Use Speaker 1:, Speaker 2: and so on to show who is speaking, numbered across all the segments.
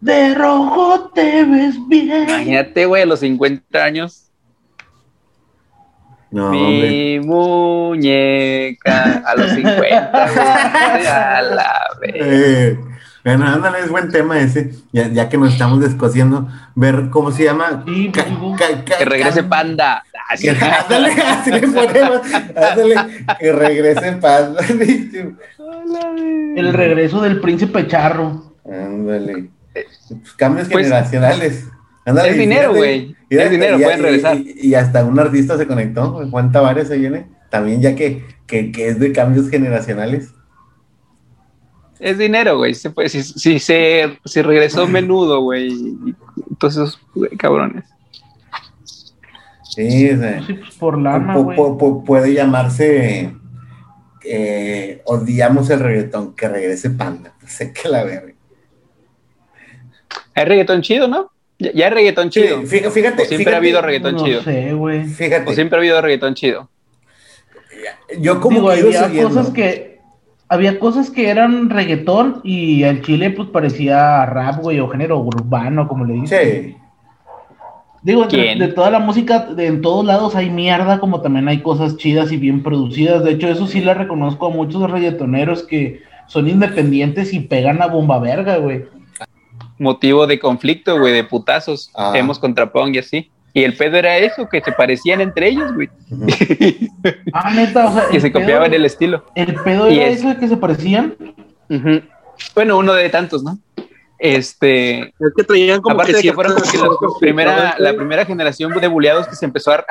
Speaker 1: De rojo te ves bien.
Speaker 2: Imagínate, güey, a los 50 años.
Speaker 3: No, hombre.
Speaker 2: Mi muñeca a los 50. güey. a la vez.
Speaker 3: Eh, bueno, ándale, es buen tema ese. Ya, ya que nos estamos descosiendo, ver cómo se llama.
Speaker 1: Sí,
Speaker 3: Ca-
Speaker 1: vivo.
Speaker 3: ca- ca-
Speaker 2: Que regrese
Speaker 3: ca-
Speaker 2: Panda. Ah, sí.
Speaker 3: Que- Ándale, así le ponemos. Ándale, que regrese paz.
Speaker 1: El regreso del príncipe charro.
Speaker 3: Ándale. Pues cambios
Speaker 2: Pues,
Speaker 3: generacionales. Ándale,
Speaker 2: es dinero,
Speaker 3: fíjate.
Speaker 2: güey.
Speaker 3: Mira,
Speaker 2: Es dinero,
Speaker 3: y-
Speaker 2: pueden
Speaker 3: y-
Speaker 2: regresar.
Speaker 3: Y, y hasta un artista se conectó, güey, Juan Tavares se viene. También ya que, que, que es de cambios generacionales.
Speaker 2: Es dinero, güey. Se puede- Si, si se si regresó menudo, güey. y Todos esos güey, cabrones.
Speaker 3: Sí, o sea,
Speaker 1: Sí, pues por
Speaker 3: pu-
Speaker 1: lana,
Speaker 3: pu-
Speaker 1: güey.
Speaker 3: pu- pu- puede llamarse eh, Odiamos el reggaetón, que regrese Panda. Sé que la verga.
Speaker 2: Hay reggaetón chido, ¿no? Ya, ya hay reggaetón
Speaker 3: Sí,
Speaker 2: chido.
Speaker 3: fí- fíjate,
Speaker 2: O siempre
Speaker 3: fíjate,
Speaker 2: ha habido reggaetón
Speaker 1: no
Speaker 2: chido.
Speaker 1: sé, güey.
Speaker 3: Fíjate,
Speaker 2: O siempre ha habido reggaetón chido.
Speaker 3: yo como
Speaker 1: Digo,
Speaker 3: que iba
Speaker 1: había
Speaker 3: siguiendo.
Speaker 1: cosas que había cosas que eran reggaetón y al chile pues parecía rap, güey, o género urbano, como le dicen.
Speaker 3: Sí.
Speaker 1: Digo, entre-
Speaker 2: ¿Quién?
Speaker 1: de toda la música, de, en todos lados hay mierda, como también hay cosas chidas y bien producidas. De hecho, eso sí la reconozco a muchos reggaetoneros que son independientes y pegan a bomba verga, güey.
Speaker 2: Motivo de conflicto, güey, de putazos.
Speaker 3: Ah.
Speaker 2: Hemos contra Pong y así. Y el pedo era eso, que se parecían entre ellos, güey.
Speaker 3: Ujú.
Speaker 1: Ah, neta, o sea.
Speaker 2: que se
Speaker 1: pedo-
Speaker 2: copiaban el estilo.
Speaker 1: El pedo
Speaker 2: Y
Speaker 1: era
Speaker 2: es-
Speaker 1: eso de que se parecían.
Speaker 2: Ujú. Bueno, uno de tantos, ¿no? Este,
Speaker 4: Es que traían como
Speaker 2: aparte de que
Speaker 4: ciertas
Speaker 2: fueron como que
Speaker 4: cosas
Speaker 2: la primera,
Speaker 4: culturales,
Speaker 2: la
Speaker 4: güey.
Speaker 2: primera generación de buleados que se empezó a,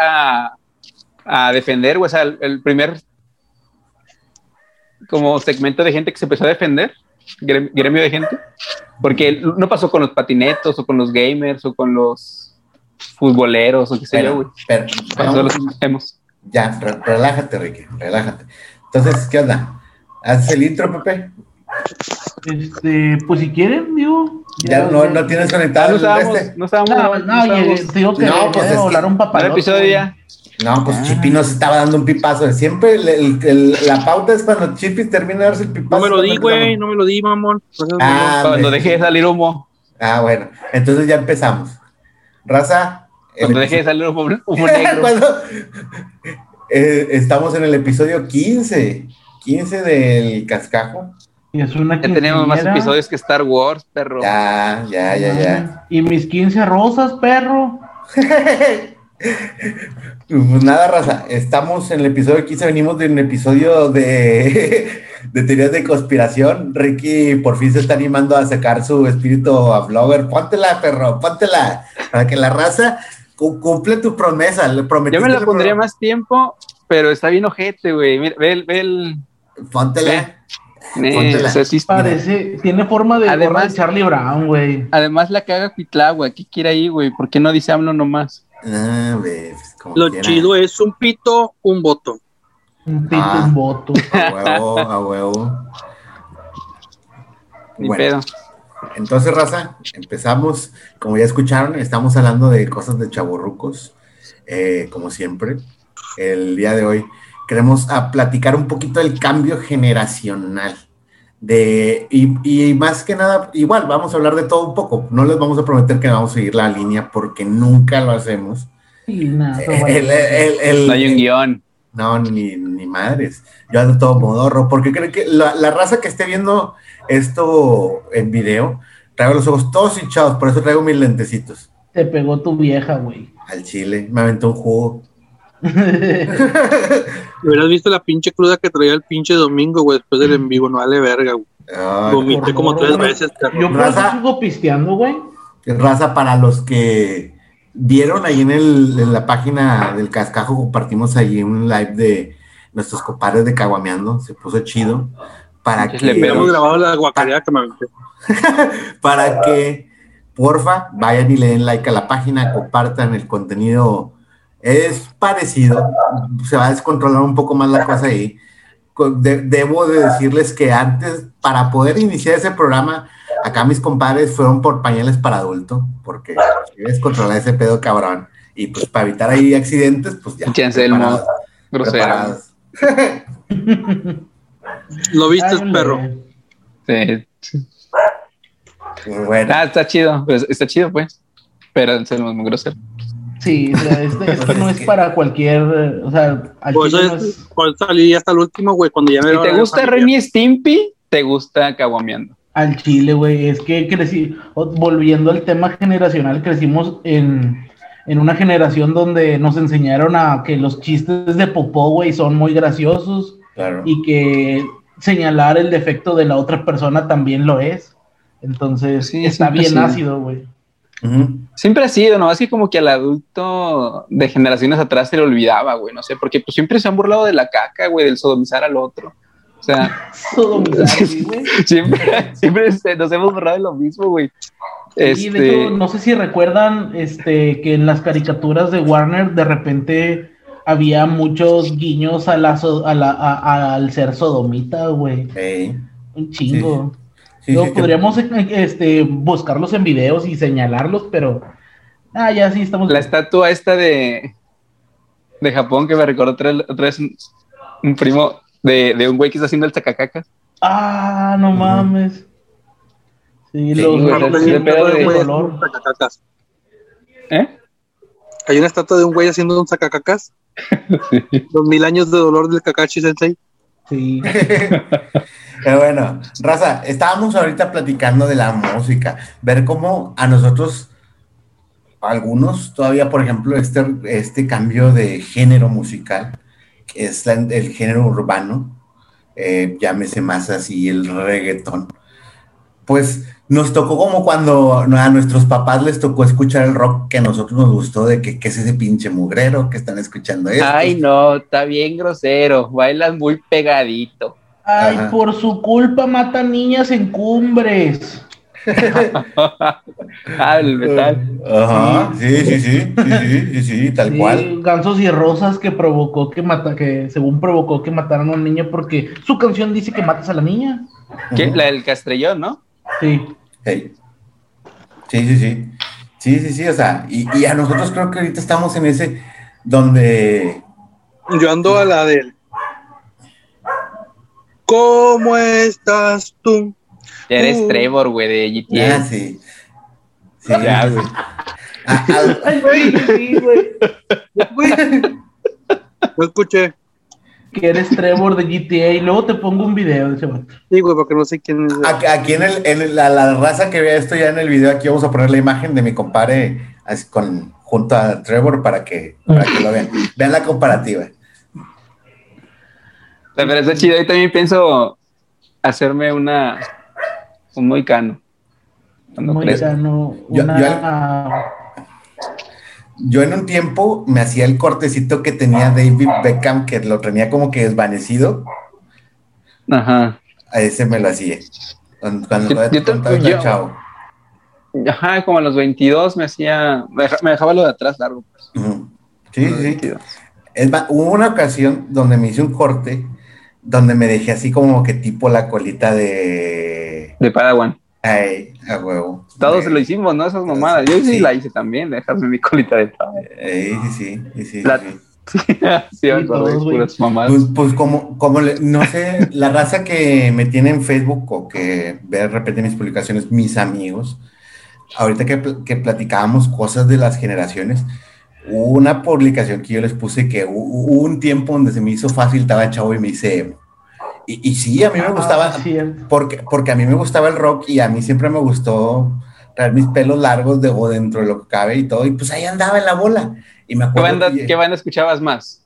Speaker 2: a, a defender, güey, o sea, el, el primer como segmento de gente que se empezó a defender, grem- gremio de gente, porque no pasó con los patinetos o con los gamers o con los futboleros o qué sé yo, güey.
Speaker 3: Pero, pero,
Speaker 2: Pasó los emos.
Speaker 3: Ya, re- relájate, Ricky, relájate. Entonces, ¿qué onda? ¿Haces el intro, Pepe?
Speaker 1: Este, pues si quieren, digo.
Speaker 3: Ya no, no tienes
Speaker 2: Ah,
Speaker 3: conectado
Speaker 2: no
Speaker 3: el de
Speaker 2: estábamos,
Speaker 3: este.
Speaker 2: no
Speaker 1: No,
Speaker 2: estábamos, no
Speaker 1: no, llegué,
Speaker 2: estábamos.
Speaker 1: te digo que
Speaker 3: No,
Speaker 1: no,
Speaker 3: pues,
Speaker 1: pues
Speaker 3: es que-
Speaker 1: volar un
Speaker 2: Para
Speaker 1: papalote.
Speaker 2: el episodio
Speaker 1: güey.
Speaker 2: ya.
Speaker 3: No, pues
Speaker 2: Ah.
Speaker 3: Chipi nos estaba dando un pipazo. Siempre el- el- el- la pauta es cuando Chipi termina de darse el
Speaker 4: No
Speaker 3: pipazo.
Speaker 4: me lo di,
Speaker 3: empezamos.
Speaker 4: güey, no me lo di, mamón. Pues,
Speaker 3: Ah,
Speaker 2: Cuando
Speaker 3: me-
Speaker 2: dejé de salir humo,
Speaker 3: Ah, bueno. Entonces ya empezamos. Raza. el
Speaker 2: cuando dejé de salir humo, humo negro.
Speaker 3: Cuando- Eh, estamos en el episodio 15. 15 del cascajo.
Speaker 1: Y Es una
Speaker 2: Ya tenemos más
Speaker 1: quinceañera.
Speaker 2: episodios que Star Wars, perro.
Speaker 3: Ya, ya, ya, ya.
Speaker 1: Y mis 15 rosas, perro.
Speaker 3: Pues nada, raza, estamos en el episodio 15, venimos de un episodio de, de teorías de conspiración. Ricky por fin se está animando a sacar su espíritu a blogger. Póntela, perro, póntela, para que la raza cu- cumple tu promesa. Le
Speaker 2: Yo
Speaker 3: prometiste
Speaker 2: me la
Speaker 3: que-
Speaker 2: pondría más tiempo, pero está bien ojete, güey. Mira, ve, el- ve el.
Speaker 3: Póntela.
Speaker 2: eh,
Speaker 3: Póntela.
Speaker 2: o sea, sí-
Speaker 1: Parece, tiene forma de
Speaker 2: Además-
Speaker 1: gorra de Charlie Brown, güey.
Speaker 2: además, la caga Cuitlá, güey. ¿Qué quiere ahí, güey? ¿Por qué no dice AMLO nomás?
Speaker 3: Ah, güey, pues, como
Speaker 4: Lo
Speaker 3: quiera.
Speaker 4: chido es un pito, un voto.
Speaker 1: Un pito,
Speaker 3: Ah.
Speaker 1: un voto.
Speaker 3: A huevo, a huevo.
Speaker 2: Ni
Speaker 3: Bueno.
Speaker 2: pedo.
Speaker 3: Entonces, raza, empezamos. Como ya escucharon, estamos hablando de cosas de chaborrucos, eh, como siempre. El día de hoy queremos a platicar un poquito del cambio generacional. De, y, y más que nada, igual vamos a hablar de todo un poco. No les vamos a prometer que vamos a seguir la línea porque nunca lo hacemos.
Speaker 1: Y nada, güey.
Speaker 3: El- el- el-
Speaker 2: No hay un guión.
Speaker 3: no, ni, ni madres. Yo ando todo modorro, porque creo que la, la raza que esté viendo esto en video, traigo los ojos todos hinchados, por eso traigo mis lentecitos
Speaker 1: Te pegó tu vieja, güey.
Speaker 3: al chile. Me aventó un jugo.
Speaker 4: Hubieras visto la pinche cruda que traía el pinche domingo, güey, después del en vivo, no vale verga, güey.
Speaker 3: Ah,
Speaker 4: Vomité
Speaker 1: por
Speaker 4: como
Speaker 1: favor,
Speaker 4: tres
Speaker 1: güey.
Speaker 4: veces, cabrón.
Speaker 1: Yo por eso
Speaker 3: Raza.
Speaker 1: sigo pisteando, güey.
Speaker 3: raza, para los que vieron ahí en, el- en la página del Cascajo, compartimos ahí un live de nuestros compadres de Caguameando. Se puso chido. Para
Speaker 2: Muchas
Speaker 3: que,
Speaker 2: le pegamos
Speaker 4: Habíamos grabado la guacareada que me aventé.
Speaker 3: para que porfa vayan y le den like a la página, compartan el contenido. Es parecido, se va a descontrolar un poco más la cosa ahí. Co- de- debo de decirles que antes, para poder iniciar ese programa, acá mis compadres fueron por pañales para adulto, porque es controlar ese pedo cabrón. Y pues para evitar ahí accidentes, pues ya.
Speaker 2: Pinche Anselmo,
Speaker 3: preparadas,
Speaker 2: grosero.
Speaker 3: preparadas.
Speaker 4: Lo viste,
Speaker 1: Ay,
Speaker 4: perro.
Speaker 1: hombre.
Speaker 2: Sí.
Speaker 3: Muy Pues, bueno.
Speaker 2: Ah, está chido, pues, está chido, pues. Pero Anselmo es muy grosero.
Speaker 1: Sí, o sea, este, esto no es para cualquier. eh, O sea, al
Speaker 4: Por eso
Speaker 1: chile no
Speaker 4: es-
Speaker 1: es-
Speaker 4: por eso salí hasta el último, güey, cuando ya me
Speaker 2: Si te gusta Renny Stimpy, te gusta Caguameando.
Speaker 1: al chile, güey. Es que crecí. o- Volviendo al tema generacional, crecimos en, en una generación donde nos enseñaron a que los chistes de popó, güey, son muy graciosos.
Speaker 3: Claro.
Speaker 1: y que señalar el defecto de la otra persona también lo es. Entonces,
Speaker 2: Sí,
Speaker 1: está
Speaker 2: siempre
Speaker 1: bien
Speaker 2: sí.
Speaker 1: ácido, güey.
Speaker 3: Ujú.
Speaker 2: Siempre ha sido, ¿no? Así como que al adulto de generaciones atrás se le olvidaba, güey, no sé, porque pues siempre se han burlado de la caca, güey, del sodomizar al otro. O sea,
Speaker 1: Sodomizar, sí, güey.
Speaker 2: siempre, siempre este, nos hemos burlado de lo mismo, güey.
Speaker 1: Sí,
Speaker 2: Este,
Speaker 1: de hecho, no sé si recuerdan este, que en las caricaturas de Warner de repente había muchos guiños a la so- a la- a- a- al ser sodomita, güey.
Speaker 3: Ey.
Speaker 1: Un chingo.
Speaker 3: Sí,
Speaker 1: Luego
Speaker 3: sí, que-
Speaker 1: podríamos eh, este, buscarlos en videos y señalarlos, pero... Ah, ya sí, estamos...
Speaker 2: la estatua esta de, de Japón que me recordó otra, otra vez un, un primo de, de un güey que está haciendo el chacacaca.
Speaker 1: Ah, no
Speaker 3: Ujú.
Speaker 1: mames. Sí,
Speaker 3: Sí,
Speaker 1: los los-
Speaker 2: güey, la-
Speaker 1: los-
Speaker 2: la-
Speaker 1: los-
Speaker 2: la-
Speaker 1: de
Speaker 2: la-
Speaker 1: color.
Speaker 2: ¿Eh?
Speaker 4: Hay una estatua de un güey haciendo un sacacacas. Dos mil años de dolor del Kakashi Sensei.
Speaker 1: Sí.
Speaker 3: Pero bueno, Raza, estábamos ahorita platicando de la música, ver cómo a nosotros, algunos, todavía, por ejemplo, este, este cambio de género musical, que es la- el género urbano, eh, llámese más así el reggaetón, pues nos tocó como cuando a nuestros papás les tocó escuchar el rock que a nosotros nos gustó, de que qué es ese pinche mugrero que están escuchando esto.
Speaker 2: Ay, no, está bien grosero, bailas muy pegadito.
Speaker 1: Ay,
Speaker 3: Ajá.
Speaker 1: por su culpa matan niñas en cumbres.
Speaker 2: ah, el metal.
Speaker 3: Ajá, sí, sí, sí, sí, sí, sí, sí, tal
Speaker 1: Sí,
Speaker 3: cual.
Speaker 1: Gansos y Rosas que provocó que mata, que según provocó que mataran a un niño porque su canción dice que matas a la niña.
Speaker 2: ¿Qué?
Speaker 3: Ujú.
Speaker 2: La del Castrellón, ¿no?
Speaker 1: Sí.
Speaker 3: Hey. Sí, sí, sí. Sí, sí, sí, o sea, y, y a nosotros creo que ahorita estamos en ese donde...
Speaker 4: Yo ando a la del. ¿Cómo estás tú?
Speaker 2: Eres
Speaker 4: Uh.
Speaker 2: Trevor, güey, de
Speaker 3: Ah,
Speaker 2: GTS.
Speaker 3: sí. Sí,
Speaker 2: Ya, güey.
Speaker 3: Ah, ah,
Speaker 1: Ay, güey, sí, güey.
Speaker 4: No escuché.
Speaker 1: Que eres Trevor de GTA y luego te pongo un video de ese vato.
Speaker 4: Sí, güey, porque no sé quién es.
Speaker 3: aquí- aquí en, el, en el- la, la raza que vea esto ya en el video, aquí vamos a poner la imagen de mi compadre así con, junto a Trevor para que, para que lo vean. Vean la comparativa.
Speaker 2: La verdad está chido. Yo también pienso hacerme una. Un moicano. Cuando
Speaker 1: Muy
Speaker 2: crezca.
Speaker 1: sano,
Speaker 3: Ah, Yo-
Speaker 1: una-
Speaker 3: Yo en un tiempo me hacía el cortecito que tenía David Beckham, que lo tenía como que desvanecido,
Speaker 2: Ajá.
Speaker 3: a ese me lo hacía. Cuando, cuando,
Speaker 2: Yo-
Speaker 3: cuando
Speaker 2: yo te-
Speaker 3: estaba
Speaker 2: yo-
Speaker 3: chavo.
Speaker 2: Ajá, como a los 22 me hacía. Me deja- me dejaba lo de atrás largo. pues,
Speaker 3: Ujú. Sí,
Speaker 2: a los
Speaker 3: sí, sí.
Speaker 2: 22.
Speaker 3: Es más, hubo una ocasión donde me hice un corte, donde me dejé así como que tipo la colita de...
Speaker 2: De Padawan.
Speaker 3: Ay, a huevo.
Speaker 2: Todos
Speaker 3: Eh,
Speaker 2: lo hicimos, ¿no? Esas mamadas. Yo sí,
Speaker 3: Sí.
Speaker 2: la hice también, de dejarme mi colita de Padawan.
Speaker 3: eh, sí, sí, sí, sí,
Speaker 2: La-
Speaker 3: sí.
Speaker 2: sí, me
Speaker 1: Sí,
Speaker 2: acordé,
Speaker 1: todos, güey.
Speaker 2: puras mamadas.
Speaker 3: Pues, pues como, como le- no sé, la raza que me tiene en Facebook o que ve de repente mis publicaciones, mis amigos, ahorita que, pl- que platicábamos cosas de las generaciones, hubo una publicación que yo les puse que hu- hubo un tiempo donde se me hizo fácil, estaba chavo y me hice emo. Y, y sí, a mí me
Speaker 1: Ah,
Speaker 3: gustaba,
Speaker 1: cierto.
Speaker 3: porque, porque a mí me gustaba el rock y a mí siempre me gustó traer mis pelos largos de, o dentro de lo que cabe y todo, y pues ahí andaba en la bola. Y me
Speaker 2: ¿Qué
Speaker 3: acuerdo
Speaker 2: banda,
Speaker 3: que-
Speaker 2: ¿Qué banda escuchabas más?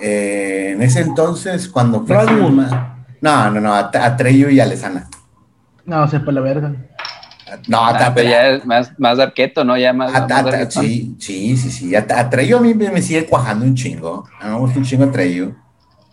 Speaker 3: eh, en ese entonces, cuando fue
Speaker 1: Rasmus.
Speaker 3: ma- No, no, no, a, a Treyo y a Lezana.
Speaker 1: No, sepa la verga.
Speaker 3: A- No, a,
Speaker 2: Ah,
Speaker 3: a-
Speaker 2: pero ya es más, más darketo, ¿no? Ya más.
Speaker 3: a-
Speaker 2: más
Speaker 3: a-
Speaker 2: darketón.
Speaker 3: sí, sí, sí, sí. A, a Treyo a mí me, me sigue cuajando un chingo. A mí me gusta un chingo a Treyo.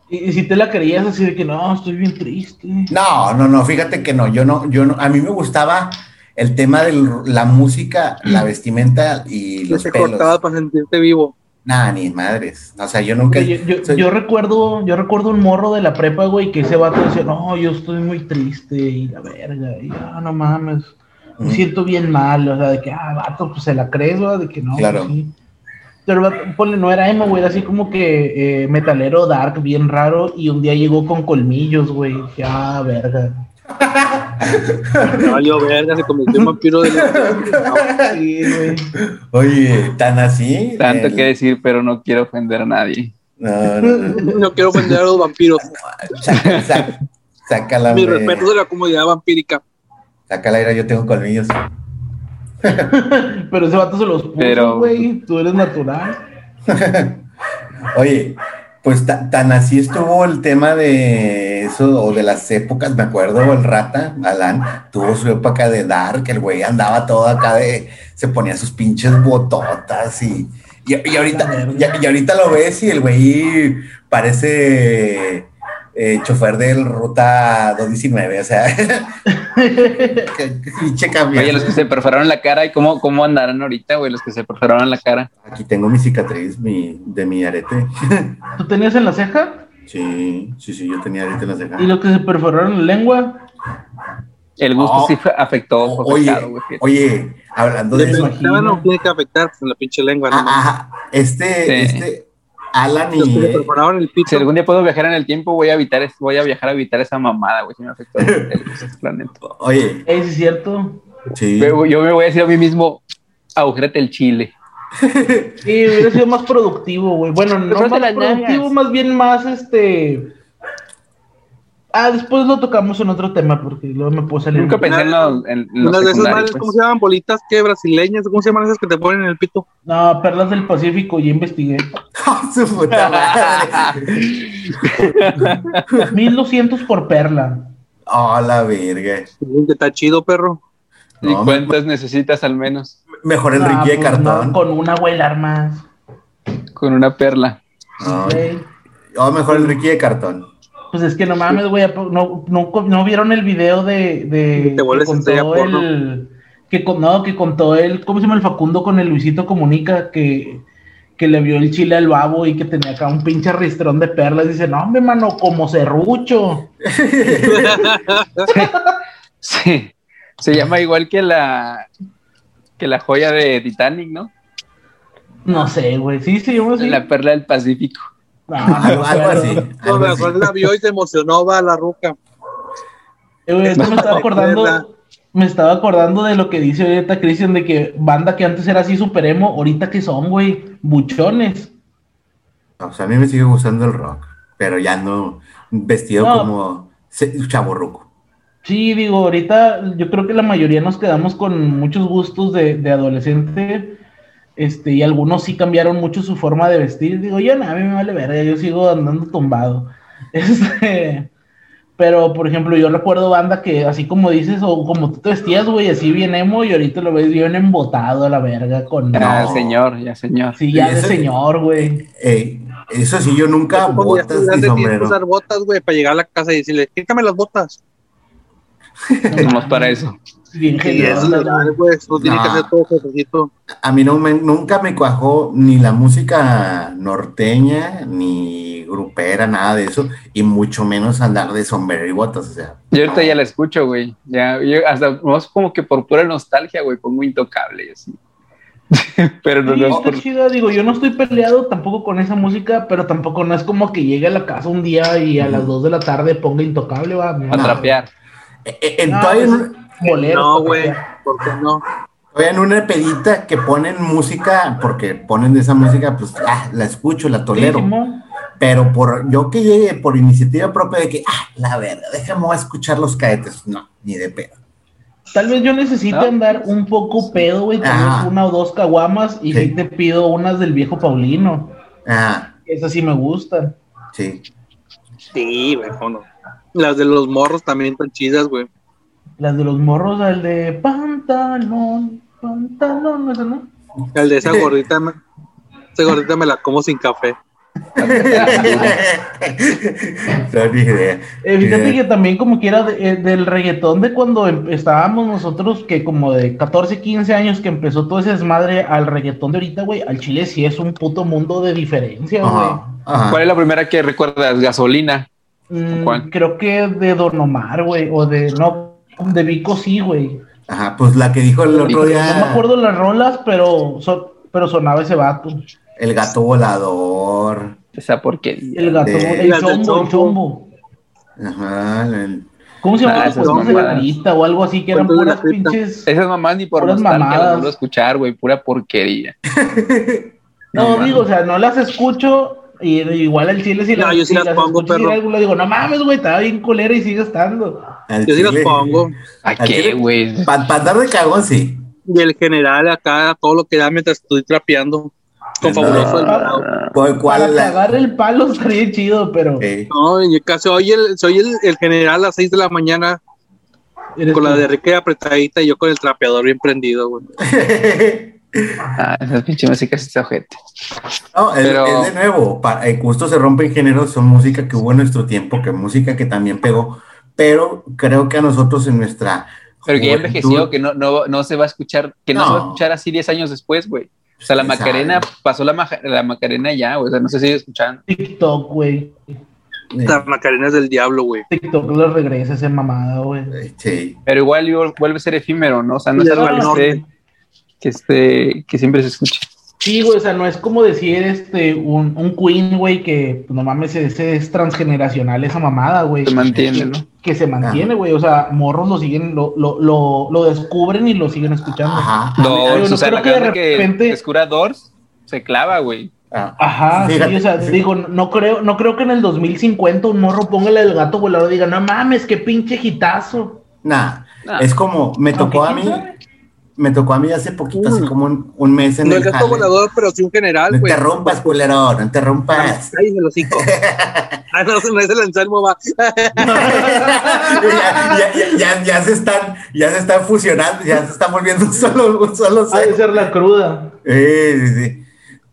Speaker 1: Y, y si te la creías así de que no, estoy bien triste.
Speaker 3: No, no, no, fíjate que no, yo no, yo no, a mí me gustaba el tema de la música, la vestimenta y
Speaker 4: Yo
Speaker 3: los
Speaker 4: te Mm. cortaba
Speaker 3: pelos.
Speaker 4: para sentirte vivo.
Speaker 3: Nada, ni madres. O sea, yo nunca.
Speaker 1: Yo, yo-
Speaker 3: soy-
Speaker 1: yo recuerdo, yo recuerdo un morro de la prepa, güey, que ese vato decía, no, yo estoy muy triste y la verga, y ah, no mames, me
Speaker 3: Ujú.
Speaker 1: siento bien mal, o sea, de que, ah, vato, pues se la crees, ¿verdad? De que no,
Speaker 3: Claro.
Speaker 1: sí. Pero ponle, no era emo, güey, era así como que eh, metalero dark, bien raro, y un día llegó con colmillos, güey. Ya, verga.
Speaker 4: No, yo, verga, se convirtió en vampiro de la...
Speaker 1: Sí, güey.
Speaker 3: Oye, tan así.
Speaker 2: Tanto
Speaker 3: El-
Speaker 2: que decir, pero no quiero ofender a nadie.
Speaker 3: No, no, no.
Speaker 4: No quiero ofender a los vampiros.
Speaker 3: Saca, saca, sácala,
Speaker 4: Mi
Speaker 3: hombre.
Speaker 4: respeto de la comunidad vampírica.
Speaker 3: Sácala, mira, yo tengo colmillos.
Speaker 1: Pero ese vato se los puso,
Speaker 2: Pero-
Speaker 1: güey. Tú eres natural.
Speaker 3: Oye, pues ta- tan así estuvo el tema de eso, o de las épocas, me acuerdo, el rata, Alan, tuvo su época de Dark, el güey andaba todo acá de, se ponía sus pinches bototas y, y, y ahorita, y, y ahorita lo ves y el güey parece eh, chofer del Ruta 219, o sea, que- que pinche camión.
Speaker 2: Oye, los que se perforaron la cara, ¿y cómo, cómo andarán ahorita, güey? Los que se perforaron la cara.
Speaker 3: Aquí tengo mi cicatriz mi, de mi arete.
Speaker 1: ¿Tú tenías en la ceja?
Speaker 3: Sí, sí, sí, yo tenía arete en la ceja.
Speaker 1: ¿Y los que se perforaron la lengua?
Speaker 2: El gusto
Speaker 3: Oh.
Speaker 2: sí fue- afectó. fue
Speaker 3: Oye,
Speaker 2: afectado, güey, fíjate.
Speaker 3: oye, hablando de
Speaker 1: Me
Speaker 3: eso,
Speaker 1: imagino.
Speaker 4: Nada no tiene que afectar en la pinche lengua. ¿no?
Speaker 3: ah, ah, este,
Speaker 2: Sí.
Speaker 3: este, Alan
Speaker 4: Los que le
Speaker 3: y,
Speaker 4: perforaron el pito.
Speaker 2: Si algún día puedo viajar en el tiempo, voy a evitar, es- voy a viajar a evitar esa mamada, güey. Si me afectó el, el planeta.
Speaker 3: oye,
Speaker 1: Eh, sí, es cierto.
Speaker 3: sí,
Speaker 2: Yo, yo me voy a decir a mí mismo, agujérate el chile.
Speaker 1: Sí, hubiera sido más productivo, güey. Bueno, no
Speaker 2: Pero
Speaker 1: más
Speaker 2: de las
Speaker 1: productivo,
Speaker 2: nalgas.
Speaker 1: más bien más este. Ah, después lo tocamos en otro tema porque luego me puedo salir.
Speaker 2: Nunca
Speaker 1: un-
Speaker 2: pensé en los, en, en los
Speaker 4: Unas de esas
Speaker 2: secundarios,
Speaker 4: madres,
Speaker 2: pues.
Speaker 4: ¿cómo se llaman? Bolitas que brasileñas, ¿cómo se llaman esas que te ponen en el pito?
Speaker 1: No, Perlas del Pacífico, ya investigué.
Speaker 3: Ah, su puta madre.
Speaker 1: 1200 por perla.
Speaker 3: Oh, la verga.
Speaker 4: Dicen Que está chido, perro.
Speaker 2: ¿Y
Speaker 3: No,
Speaker 2: cuántas necesitas al menos?
Speaker 3: Mejor el
Speaker 1: Ah,
Speaker 3: Ricky de
Speaker 1: pues,
Speaker 3: cartón.
Speaker 1: no, con una abuela más.
Speaker 2: Con una perla.
Speaker 3: No,
Speaker 1: güey.
Speaker 3: oh, mejor el Ricky de cartón.
Speaker 1: Pues es que no mames, güey. ¿a po- No, no, no vieron el video de. de
Speaker 4: Te vuelves
Speaker 1: que
Speaker 4: estrella
Speaker 1: contó
Speaker 4: porno.
Speaker 1: el. Que, con- no, que contó el. ¿Cómo se llama el Facundo con el Luisito Comunica? Que, que le vio el chile al babo y que tenía acá un pinche ristrón de perlas. Dice, no, hombre, mano, como serrucho.
Speaker 2: Sí. Se llama igual que la que la joya de Titanic, ¿no?
Speaker 1: No sé, güey. Sí, sí,
Speaker 4: Oh,
Speaker 1: yo sí. Ah,
Speaker 2: La perla del Pacífico.
Speaker 3: Algo, algo así.
Speaker 4: No,
Speaker 3: algo así.
Speaker 4: mejor la vio y se emocionó, va a la ruca.
Speaker 1: Eh, güey, ahorita me estaba
Speaker 4: Recuerda.
Speaker 1: acordando. Me estaba acordando de lo que dice ahorita Cristian de que banda que antes era así super emo, ahorita que son, güey, buchones.
Speaker 3: O sea, a mí me sigue gustando el rock, pero ya no vestido
Speaker 1: No.
Speaker 3: como chavo ruco.
Speaker 1: Sí, digo, ahorita yo creo que la mayoría nos quedamos con muchos gustos de, de adolescente, este, y algunos sí cambiaron mucho su forma de vestir. Digo, yo no, a mí me vale verga, yo sigo andando tumbado. Este, pero, por ejemplo, yo recuerdo banda que así como dices, o como tú te vestías, güey, así bien emo, y ahorita lo ves bien embotado a la verga con...
Speaker 2: Ya,
Speaker 3: No.
Speaker 2: señor, ya, señor.
Speaker 1: Sí, ya
Speaker 3: Y
Speaker 1: de
Speaker 3: ese-
Speaker 1: señor, güey.
Speaker 3: eso sí, yo nunca
Speaker 4: Cuando ya
Speaker 3: botas
Speaker 4: estudiante
Speaker 3: ni
Speaker 4: tienes que
Speaker 3: sombrero.
Speaker 4: usar botas, güey, para llegar a la casa y decirle, quítame las botas.
Speaker 2: Somos para eso.
Speaker 1: Bien
Speaker 4: Y pues,
Speaker 1: genial,
Speaker 4: eso es
Speaker 3: Ah.
Speaker 4: legal, güey, tú tienes que
Speaker 3: Nah.
Speaker 4: hacer todo jefecito.
Speaker 3: A mí no me- nunca me cuajó ni la música norteña, ni grupera, nada de eso, y mucho menos andar de sombrero y botas, o sea.
Speaker 2: Yo ahorita ya la escucho, güey. Ya, yo hasta más como que por pura nostalgia, güey, pongo intocable y así. Pero no,
Speaker 1: Sí,
Speaker 2: no es
Speaker 1: está
Speaker 2: por-
Speaker 1: chida, digo, yo no estoy peleado tampoco con esa música, pero tampoco no es como que llegue a la casa un día y a las 2 de la tarde ponga intocable, va. no.
Speaker 2: para trapear.
Speaker 3: E- e- en-
Speaker 1: No,
Speaker 3: todavía, en,
Speaker 1: pues-
Speaker 3: un-
Speaker 1: Bolero,
Speaker 4: No,
Speaker 1: para
Speaker 4: güey,
Speaker 1: trapear.
Speaker 4: ¿por qué no?
Speaker 3: todavía en una pedita que ponen música, porque ponen de esa música, pues ah, la escucho, la tolero.
Speaker 1: Sí, Simón.
Speaker 3: Pero por yo que llegue por iniciativa propia de que, ah, la verdad, déjame voy a escuchar los cadetes. No, ni de pedo.
Speaker 1: Tal vez yo necesite
Speaker 2: No.
Speaker 1: andar un poco pedo, güey, tal
Speaker 3: Ajá.
Speaker 1: vez una o dos caguamas y
Speaker 3: Sí.
Speaker 1: sí te pido unas del viejo Paulino.
Speaker 3: Ah,
Speaker 1: Esas sí me gustan.
Speaker 3: sí.
Speaker 4: Sí, güey, ¿cómo no? Las de los morros también están chidas, güey.
Speaker 1: Las de los morros, al de pantalón, pantalón, esa no.
Speaker 4: El de esa gordita, me- esa gordita me la como sin café.
Speaker 3: Ah. no, ni idea.
Speaker 1: Eh,
Speaker 3: Ni
Speaker 1: fíjate
Speaker 3: idea.
Speaker 1: que también como que era de- eh, del reggaetón de cuando em- estábamos nosotros, que como de 14, 15 años que empezó todo ese desmadre al reggaetón de ahorita, güey, al Chile sí es un puto mundo de diferencia, güey.
Speaker 3: Ajá, ajá.
Speaker 2: ¿Cuál es la primera que recuerdas? Gasolina.
Speaker 1: Mm,
Speaker 2: ¿Cuál?
Speaker 1: creo que de Don Omar, güey, o de, no, de Vico sí, güey.
Speaker 3: Ajá, pues la que dijo el otro
Speaker 1: No me
Speaker 3: día.
Speaker 1: acuerdo las rolas, pero, son- pero sonaba ese vato.
Speaker 3: El gato volador.
Speaker 2: Esa porquería.
Speaker 1: El gato,
Speaker 3: De-
Speaker 1: el
Speaker 4: El
Speaker 1: chombo, el
Speaker 4: chombo.
Speaker 1: chombo.
Speaker 3: Ajá. el-
Speaker 1: ¿Cómo se
Speaker 2: Ah,
Speaker 1: llamaban los
Speaker 2: esas
Speaker 1: cuentos de la
Speaker 2: mamadas.
Speaker 1: cripta o algo así que eran
Speaker 4: Cuentos de la
Speaker 1: puras
Speaker 4: cripta.
Speaker 1: pinches?
Speaker 2: Esas mamás ni por
Speaker 1: Puras
Speaker 2: nostalgia las
Speaker 1: mamadas.
Speaker 2: vuelvo a escuchar, güey. Pura porquería.
Speaker 1: No,
Speaker 3: mames.
Speaker 1: digo, o sea, no las escucho. Y igual el chile si
Speaker 4: No, yo sí
Speaker 1: si
Speaker 4: las pongo,
Speaker 1: escucho, sí
Speaker 4: perro.
Speaker 1: algo le digo, no mames, güey, estaba bien culera y sigue estando.
Speaker 3: al
Speaker 4: Yo sí las
Speaker 3: chile.
Speaker 4: pongo.
Speaker 2: ¿A
Speaker 3: Al
Speaker 2: qué,
Speaker 3: chile.
Speaker 2: güey?
Speaker 3: Pa- pa' andar de cagón, sí.
Speaker 4: Y el general acá, todo lo que da mientras estoy trapeando. Con
Speaker 3: No.
Speaker 4: fabuloso Alvarado.
Speaker 3: ¿Cuál,
Speaker 1: Para
Speaker 3: cuál la-
Speaker 1: cagar el palo estaría bien chido, pero
Speaker 3: Eh,
Speaker 4: No, en mi caso, hoy el, soy el, el general a las 6 de la mañana
Speaker 1: eres
Speaker 4: con la
Speaker 1: tú.
Speaker 4: de Ricky apretadita y yo con el trapeador bien prendido, güey.
Speaker 2: Ah, esas pinches músicas está ojete.
Speaker 3: No, es,
Speaker 2: Pero-
Speaker 3: es de nuevo, para, eh, Gusto se rompe en género, son música que hubo en nuestro tiempo, que música que también pegó, pero creo que a nosotros en nuestra
Speaker 2: Pero que ya
Speaker 3: juventud-
Speaker 2: envejeció, que no, no, no se va a escuchar, que no. se va a
Speaker 3: No.
Speaker 2: escuchar así 10 años después, güey. O sea, la
Speaker 3: Exacto.
Speaker 2: Macarena pasó la, maja- la Macarena ya, güey. O sea, no se sigue escuchando.
Speaker 1: TikTok, güey.
Speaker 3: Eh,
Speaker 4: Las macarenas del diablo, güey.
Speaker 1: TikTok lo regresa esa mamada, güey.
Speaker 3: eh, sí.
Speaker 2: Pero igual yo- vuelve a ser efímero, ¿no? O sea, no es
Speaker 4: Y
Speaker 2: algo
Speaker 1: del
Speaker 2: que,
Speaker 4: norte.
Speaker 2: esté- que, esté- que siempre se escuche.
Speaker 1: Sí, güey, o sea, no es como decir este un, un Queen, güey, que pues, no mames, ese es transgeneracional esa mamada, güey.
Speaker 2: Se mantiene, ¿no?
Speaker 1: Que se mantiene, güey. O sea, morros lo siguen, lo, lo, lo, lo descubren y lo siguen escuchando. Ajá.
Speaker 3: Ajá.
Speaker 1: ay,
Speaker 2: Dors,
Speaker 1: no
Speaker 2: o
Speaker 1: creo
Speaker 2: sea, la
Speaker 1: que de
Speaker 2: gente que
Speaker 1: repente-
Speaker 2: descubra Dors se clava, güey.
Speaker 3: Ah,
Speaker 1: sí,
Speaker 3: Fíjate,
Speaker 1: o sea,
Speaker 3: sí.
Speaker 1: digo, no creo, no creo que en el 2050 un morro póngale el gato volador y diga, no mames, qué pinche hitazo.
Speaker 3: Nah,
Speaker 2: Nah.
Speaker 3: es como, me tocó a
Speaker 1: Aunque
Speaker 3: mí,
Speaker 1: quién sabe.
Speaker 3: me tocó a mí hace poquito,
Speaker 4: Mm.
Speaker 3: así como un, un mes en
Speaker 4: No el
Speaker 3: el
Speaker 4: gato
Speaker 3: jale.
Speaker 4: volador, pero sí un general,
Speaker 3: No
Speaker 4: güey.
Speaker 3: te rompas, culero, no te rompas.
Speaker 4: Ay, me lo hocico. Ah, no, no es el ensalmo, va.
Speaker 3: ya, ya- ya- ya- ya se están, ya se están fusionando, ya se están volviendo un solo, un solo
Speaker 1: Ha de
Speaker 3: ser.
Speaker 1: ser la cruda.
Speaker 3: Eh, sí, sí.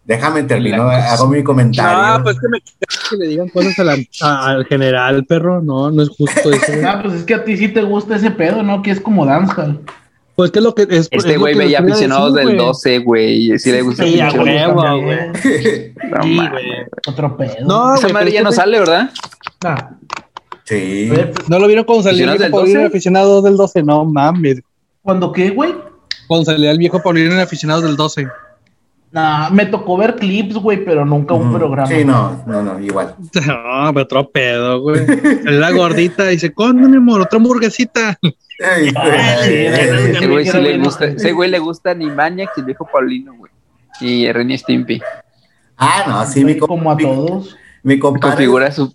Speaker 3: Déjame terminar,
Speaker 2: Blancos.
Speaker 3: hago mi comentario.
Speaker 4: Ah, pues que me caga que le digan cosas a la- a- al general, perro. No, no es justo eso. güey.
Speaker 1: Ah, pues es que a ti sí te gusta ese pedo, ¿no? Que es como dancehall.
Speaker 4: Pues que es lo que es.
Speaker 2: Este
Speaker 4: es lo
Speaker 2: güey
Speaker 4: que
Speaker 2: veía
Speaker 4: les quería
Speaker 2: aficionados
Speaker 4: decir,
Speaker 2: del
Speaker 4: güey.
Speaker 2: 12, güey. y Sí le gusta
Speaker 1: Sí,
Speaker 2: el
Speaker 1: a
Speaker 2: pinche
Speaker 4: güey.
Speaker 1: huevo,
Speaker 4: huevo,
Speaker 1: a
Speaker 4: güey.
Speaker 1: huevo.
Speaker 2: No
Speaker 4: Sí,
Speaker 2: mames.
Speaker 4: güey.
Speaker 1: Otro pedo.
Speaker 4: No,
Speaker 2: Esa
Speaker 4: güey,
Speaker 2: madre
Speaker 4: pero
Speaker 2: ya no
Speaker 4: este-
Speaker 2: sale, ¿verdad?
Speaker 1: Ah,
Speaker 3: sí.
Speaker 1: eh,
Speaker 4: No lo vieron cuando salió el
Speaker 2: ¿Aficionados
Speaker 4: viejo
Speaker 2: del 12?
Speaker 4: Paulino en aficionados del 12. No mames.
Speaker 1: ¿Cuándo qué, güey?
Speaker 4: Cuando salió el viejo Paulino en aficionados del 12.
Speaker 1: Nah, me tocó ver clips, güey, pero nunca un
Speaker 3: Ujú.
Speaker 1: programa.
Speaker 3: Sí, no, no, no, igual.
Speaker 4: No, pero otro pedo, güey. Salió la gordita y dice: ¿Cuándo, mi amor? Otra hamburguesita.
Speaker 3: Ay,
Speaker 1: Ay,
Speaker 3: ay,
Speaker 1: ay,
Speaker 3: ay,
Speaker 1: ay.
Speaker 2: Ese güey sí
Speaker 1: quiero
Speaker 2: le
Speaker 1: ver,
Speaker 2: gusta.
Speaker 1: ¿no?
Speaker 2: Ese güey le gusta ni Maniacs y el viejo Paulino, güey. Y Renny Stimpy.
Speaker 3: Ah, no, sí, mi, comp-
Speaker 1: como a
Speaker 3: mi-
Speaker 1: todos.
Speaker 3: mi compadre
Speaker 2: Configura su.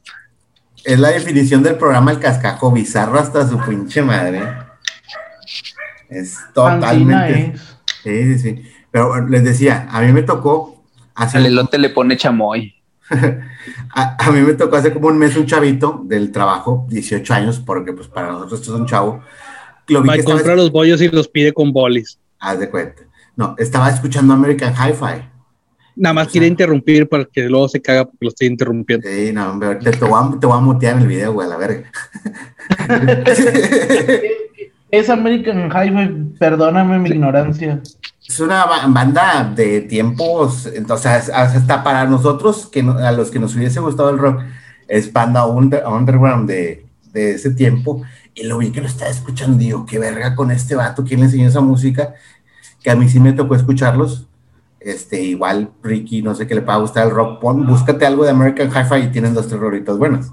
Speaker 3: es la definición del programa El Cascajo Bizarro hasta su pinche madre. Es
Speaker 1: Pancina
Speaker 3: totalmente.
Speaker 1: es.
Speaker 3: Sí, sí, sí. Pero bueno, les decía, a mí me tocó hace
Speaker 2: Al elote le pone chamoy.
Speaker 3: A, a mí me tocó hace como un mes un chavito del trabajo, 18 años, porque pues para nosotros esto es un chavo. Lo vi
Speaker 4: Va
Speaker 3: que
Speaker 4: y
Speaker 3: estaba,
Speaker 4: compra los bollos y los pide con bolis.
Speaker 3: haz de cuenta. No, estaba escuchando American Hi-Fi.
Speaker 4: Nada más quiere interrumpir para que luego se caga porque lo estoy interrumpiendo.
Speaker 3: Sí, no, hombre, ahorita te, voy a, te voy a mutear el video, güey, a la verga.
Speaker 1: Es American High, güey, perdóname mi ignorancia.
Speaker 3: Es una ba- banda de tiempos, entonces hasta para nosotros, que no- a los que nos hubiese gustado el rock, es banda under- underground de, de ese tiempo. Y lo vi que lo estaba escuchando, y digo, qué verga con este vato, ¿quién le enseñó esa música? Que a mí sí me tocó escucharlos. Este, igual, Ricky, no sé qué le pueda gustar el rock, pon, búscate algo de American Hi-Fi y tienen dos terroritos buenos.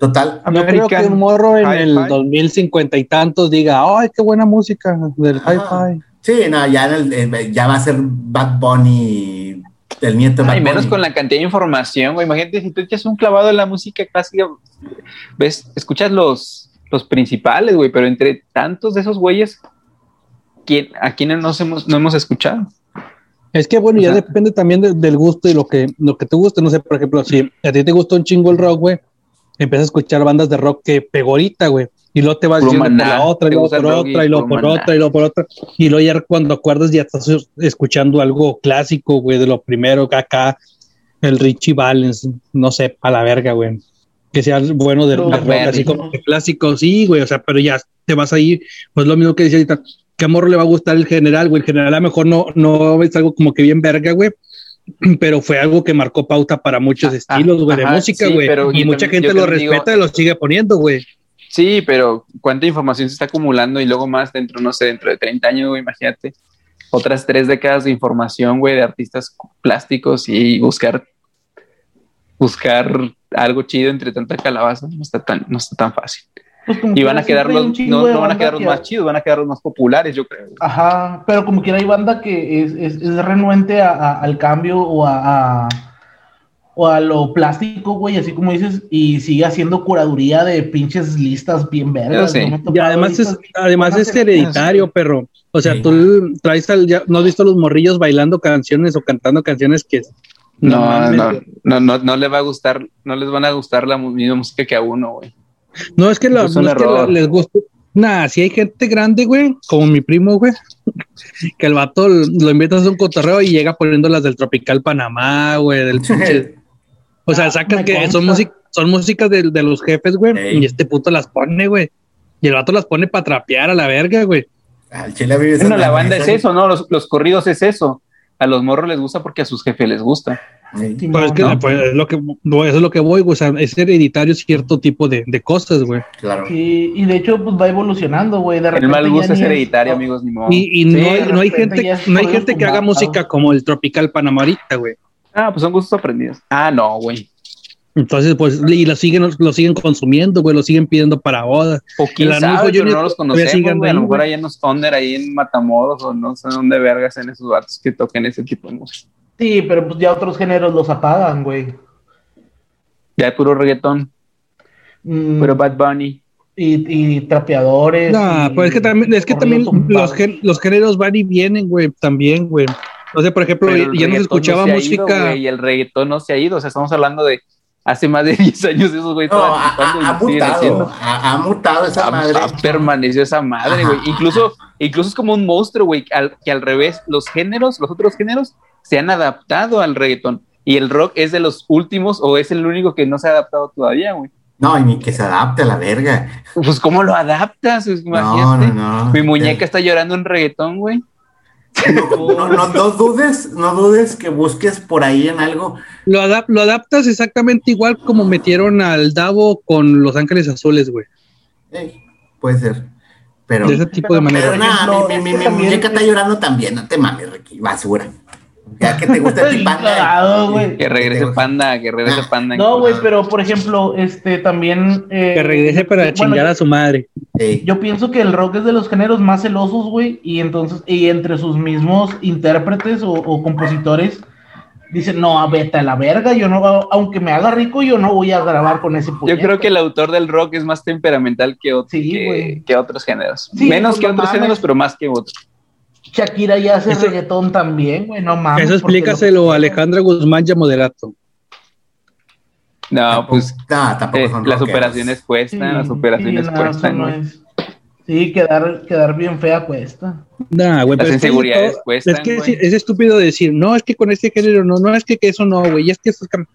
Speaker 3: Total,
Speaker 4: No creo que un morro en el 2050 y tantos diga, ay, qué buena música del
Speaker 3: Ajá.
Speaker 4: hi-fi.
Speaker 3: sí, no, ya, en el- eh, ya va a ser Bad Bunny, el nieto de Bad
Speaker 2: Ay, menos
Speaker 3: Bunny.
Speaker 2: con la cantidad de información, güey. Imagínate si tú echas un clavado en la música clásica. Ves, escuchas los, los principales, güey. Pero entre tantos de esos güeyes, ¿quién, ¿a quiénes nos hemos, no hemos escuchado?
Speaker 4: Es que bueno, ya
Speaker 2: Ajá.
Speaker 4: depende también de- del gusto y lo que, lo que te guste. No sé, por ejemplo, si a ti te gusta un chingo el rock, güey, empiezas a escuchar bandas de rock que pegó ahorita, güey. Y luego te vas
Speaker 2: Puro
Speaker 4: yendo por
Speaker 2: Maná,
Speaker 4: la otra, y
Speaker 2: te
Speaker 4: luego
Speaker 2: gusta el
Speaker 4: por
Speaker 2: rock y
Speaker 4: otra, y luego
Speaker 2: puro
Speaker 4: por
Speaker 2: Maná.
Speaker 4: otra, y luego por otra. Y luego ya cuando acuerdas ya estás es- escuchando algo clásico, güey, de lo primero que acá, el Richie Valens, no sé, a la verga, güey. Que sea bueno de, de
Speaker 1: Chuck
Speaker 4: rock,
Speaker 2: Berry.
Speaker 4: así como que clásico, sí, güey, o sea, pero ya te vas a ir, pues lo mismo que decía ahorita, ¿qué morro le va a gustar el general, güey? El general a lo mejor no, no es algo como que bien verga, güey, pero fue algo que marcó pauta para muchos
Speaker 2: Ah,
Speaker 4: estilos, güey, de
Speaker 2: ajá,
Speaker 4: música,
Speaker 2: sí,
Speaker 4: güey.
Speaker 2: pero
Speaker 4: y
Speaker 2: yo
Speaker 4: mucha
Speaker 2: también-
Speaker 4: gente
Speaker 2: yo
Speaker 4: lo
Speaker 2: también digo-
Speaker 4: respeta y lo sigue poniendo, güey.
Speaker 2: Sí, pero cuánta información se está acumulando y luego más dentro, no sé, dentro de 30 años, güey, imagínate. otras tres décadas de información, güey, de artistas plásticos y buscar, buscar algo chido entre tanta calabaza, no está tan, no está tan fácil.
Speaker 1: Pues como
Speaker 2: Y van
Speaker 1: quiera,
Speaker 2: a quedar
Speaker 1: siempre hay
Speaker 2: los,
Speaker 1: un chingo
Speaker 2: no,
Speaker 1: de
Speaker 2: no van a
Speaker 1: banda
Speaker 2: quedar los
Speaker 1: que-
Speaker 2: más chidos, van a quedar los más populares, yo creo.
Speaker 1: Ajá, pero como quiera hay banda que es, es- es renuente a- a- al cambio o a, a- o a lo plástico, güey, así como dices, y sigue haciendo curaduría de pinches listas bien vergas.
Speaker 2: Yo sé.
Speaker 1: yo me he
Speaker 4: Y
Speaker 1: topado
Speaker 4: además es,
Speaker 1: listas-
Speaker 4: además es hereditario, perro. O sea,
Speaker 3: Sí.
Speaker 4: tú traes al, ya, ¿no has visto a los morrillos bailando canciones o cantando canciones que
Speaker 2: No,
Speaker 4: mames,
Speaker 2: no,
Speaker 4: güey.
Speaker 2: no, no, no le va a gustar, no les van a gustar la mu- misma música que a uno, güey.
Speaker 4: No es que, la-
Speaker 2: Es un
Speaker 4: no es que
Speaker 2: error.
Speaker 4: la- les guste. Nah, si hay gente grande, güey, como mi primo, güey, que el vato l- lo invitas a un cotorreo y llega poniendo las del Tropical Panamá, güey, del pinche- O sea,
Speaker 1: me
Speaker 4: sacan que son,
Speaker 1: consta.
Speaker 4: músic- son músicas de, de los jefes, güey,
Speaker 3: Ey.
Speaker 4: y este puto las pone, güey. Y el vato las pone para trapear a la verga, güey.
Speaker 3: Al chile a mí me
Speaker 2: Bueno, la
Speaker 3: me
Speaker 2: banda es
Speaker 3: dicen-
Speaker 2: eso, ¿no? Los, los corridos es eso. A los morros les gusta porque a sus jefes les gusta.
Speaker 3: Sí.
Speaker 1: Simón,
Speaker 4: Pues es que
Speaker 1: ¿no?
Speaker 4: pues, es lo que, no, eso es lo que voy, güey. O sea, es hereditario cierto tipo de, de cosas, güey.
Speaker 3: Claro.
Speaker 1: Sí, y de hecho, pues va evolucionando, güey. De
Speaker 2: El mal
Speaker 1: repente ya
Speaker 2: gusto es
Speaker 1: ni
Speaker 2: hereditario, amigos, ni modo.
Speaker 4: Y, y
Speaker 2: Ah. Sí,
Speaker 4: no, hay, no hay
Speaker 1: de repente
Speaker 4: gente,
Speaker 1: ya es
Speaker 4: no hay
Speaker 1: algo
Speaker 4: gente que haga
Speaker 1: fumado.
Speaker 4: música como el Tropical Panamarita, güey.
Speaker 2: Ah, pues son gustos aprendidos. Ah, no, güey.
Speaker 4: Entonces, pues, y lo siguen, lo siguen consumiendo, güey, lo siguen pidiendo para bodas.
Speaker 2: O quién
Speaker 4: El Arnulfo
Speaker 2: sabe, pero
Speaker 4: Junior
Speaker 2: no los
Speaker 4: todavía sigue
Speaker 2: conocemos, güey. A
Speaker 4: andando,
Speaker 2: lo mejor
Speaker 4: güey.
Speaker 2: ahí en los Thunder, ahí en Matamoros, o no sé dónde vergas en esos vatos que toquen ese tipo de música.
Speaker 1: Sí, pero pues ya otros géneros los apagan, güey.
Speaker 2: Ya hay puro reggaetón,
Speaker 1: Mm,
Speaker 2: puro Bad Bunny.
Speaker 1: y, y trapeadores.
Speaker 4: No,
Speaker 1: y
Speaker 4: pues es que también, es que también
Speaker 1: corridos
Speaker 4: los,
Speaker 1: tumbados.
Speaker 4: gen- los géneros van y vienen, güey, también, güey. O sea, por ejemplo,
Speaker 2: Pero el
Speaker 4: ya no se
Speaker 2: reggaetón
Speaker 4: escuchaba
Speaker 2: se ha ido,
Speaker 4: música.
Speaker 2: güey, y el reggaetón no se ha ido. O sea, estamos hablando de hace más de 10 años esos güey.
Speaker 3: No, ha, ha- ha mutado.
Speaker 2: Ha,
Speaker 3: Ha, ha mutado
Speaker 2: "Ah,
Speaker 3: esa madre.
Speaker 2: ha permanecido pues, esa madre, güey. Incluso, incluso es como un monstruo, güey, al- que al revés, los géneros, los otros géneros, se han adaptado al reggaetón. Y el rock es de los últimos o es el único que no se ha adaptado todavía, güey.
Speaker 3: No, y ni que se adapte a la verga.
Speaker 2: Pues, ¿cómo lo adaptas? Pues,
Speaker 3: No,
Speaker 2: Imagínate.
Speaker 3: no, no.
Speaker 2: Mi muñeca está llorando en reggaetón, güey.
Speaker 3: No, no, no dudes, no dudes que busques por ahí en algo.
Speaker 4: Lo, adap- lo adaptas exactamente igual como metieron al Davo con Los Ángeles Azules, güey.
Speaker 3: Eh, puede ser. Pero,
Speaker 4: De ese tipo de manera.
Speaker 3: pero nada,
Speaker 1: No,
Speaker 3: mi,
Speaker 1: es
Speaker 3: mi-
Speaker 1: que
Speaker 3: mi
Speaker 1: también-
Speaker 3: muñeca está llorando también. No te mames, Ricky. Basura. Ya que te gusta el
Speaker 1: Bien
Speaker 3: panda.
Speaker 1: cagado, güey.
Speaker 2: Que regrese panda, que regrese panda.
Speaker 1: No, güey, pero por ejemplo, este también. eh,
Speaker 4: Que regrese para
Speaker 1: bueno,
Speaker 4: chingar a su madre.
Speaker 3: Sí.
Speaker 1: Yo pienso que el rock es de los géneros más celosos, güey, y entonces, y entre sus mismos intérpretes o, o compositores, dicen, no, a vete a la verga, yo no, aunque me haga rico, yo no voy a grabar con ese
Speaker 2: Yo
Speaker 1: puñet".
Speaker 2: creo que el autor del rock es más temperamental que, ot-
Speaker 1: Sí,
Speaker 2: que-
Speaker 1: güey.
Speaker 2: que otros géneros.
Speaker 1: Sí,
Speaker 2: Menos
Speaker 1: pues,
Speaker 2: que
Speaker 1: no
Speaker 2: otros
Speaker 1: mames.
Speaker 2: géneros, pero más que otros.
Speaker 1: Shakira ya hace
Speaker 4: Eso-
Speaker 1: reggaetón también, güey, no mames.
Speaker 4: Eso
Speaker 1: ah, porque
Speaker 4: explícaselo
Speaker 1: lo-
Speaker 4: a Alejandra Guzmán ya moderato.
Speaker 2: No,
Speaker 3: Tampoco-
Speaker 2: pues
Speaker 3: no, tampoco
Speaker 2: eh,
Speaker 3: son
Speaker 2: las
Speaker 3: rockeros.
Speaker 2: operaciones
Speaker 1: Sí,
Speaker 2: cuestan, las operaciones
Speaker 1: sí, nada, eso
Speaker 2: cuestan,
Speaker 1: no
Speaker 2: güey.
Speaker 1: es. Sí, quedar, quedar bien fea cuesta.
Speaker 4: Nah, güey,
Speaker 2: Las
Speaker 4: pero es que
Speaker 2: inseguridades
Speaker 4: todo-
Speaker 2: cuestan,
Speaker 4: Es que
Speaker 2: güey.
Speaker 4: es, es estúpido decir, no, es que con este género no, no, es que, que eso no, güey, es que eso es cam-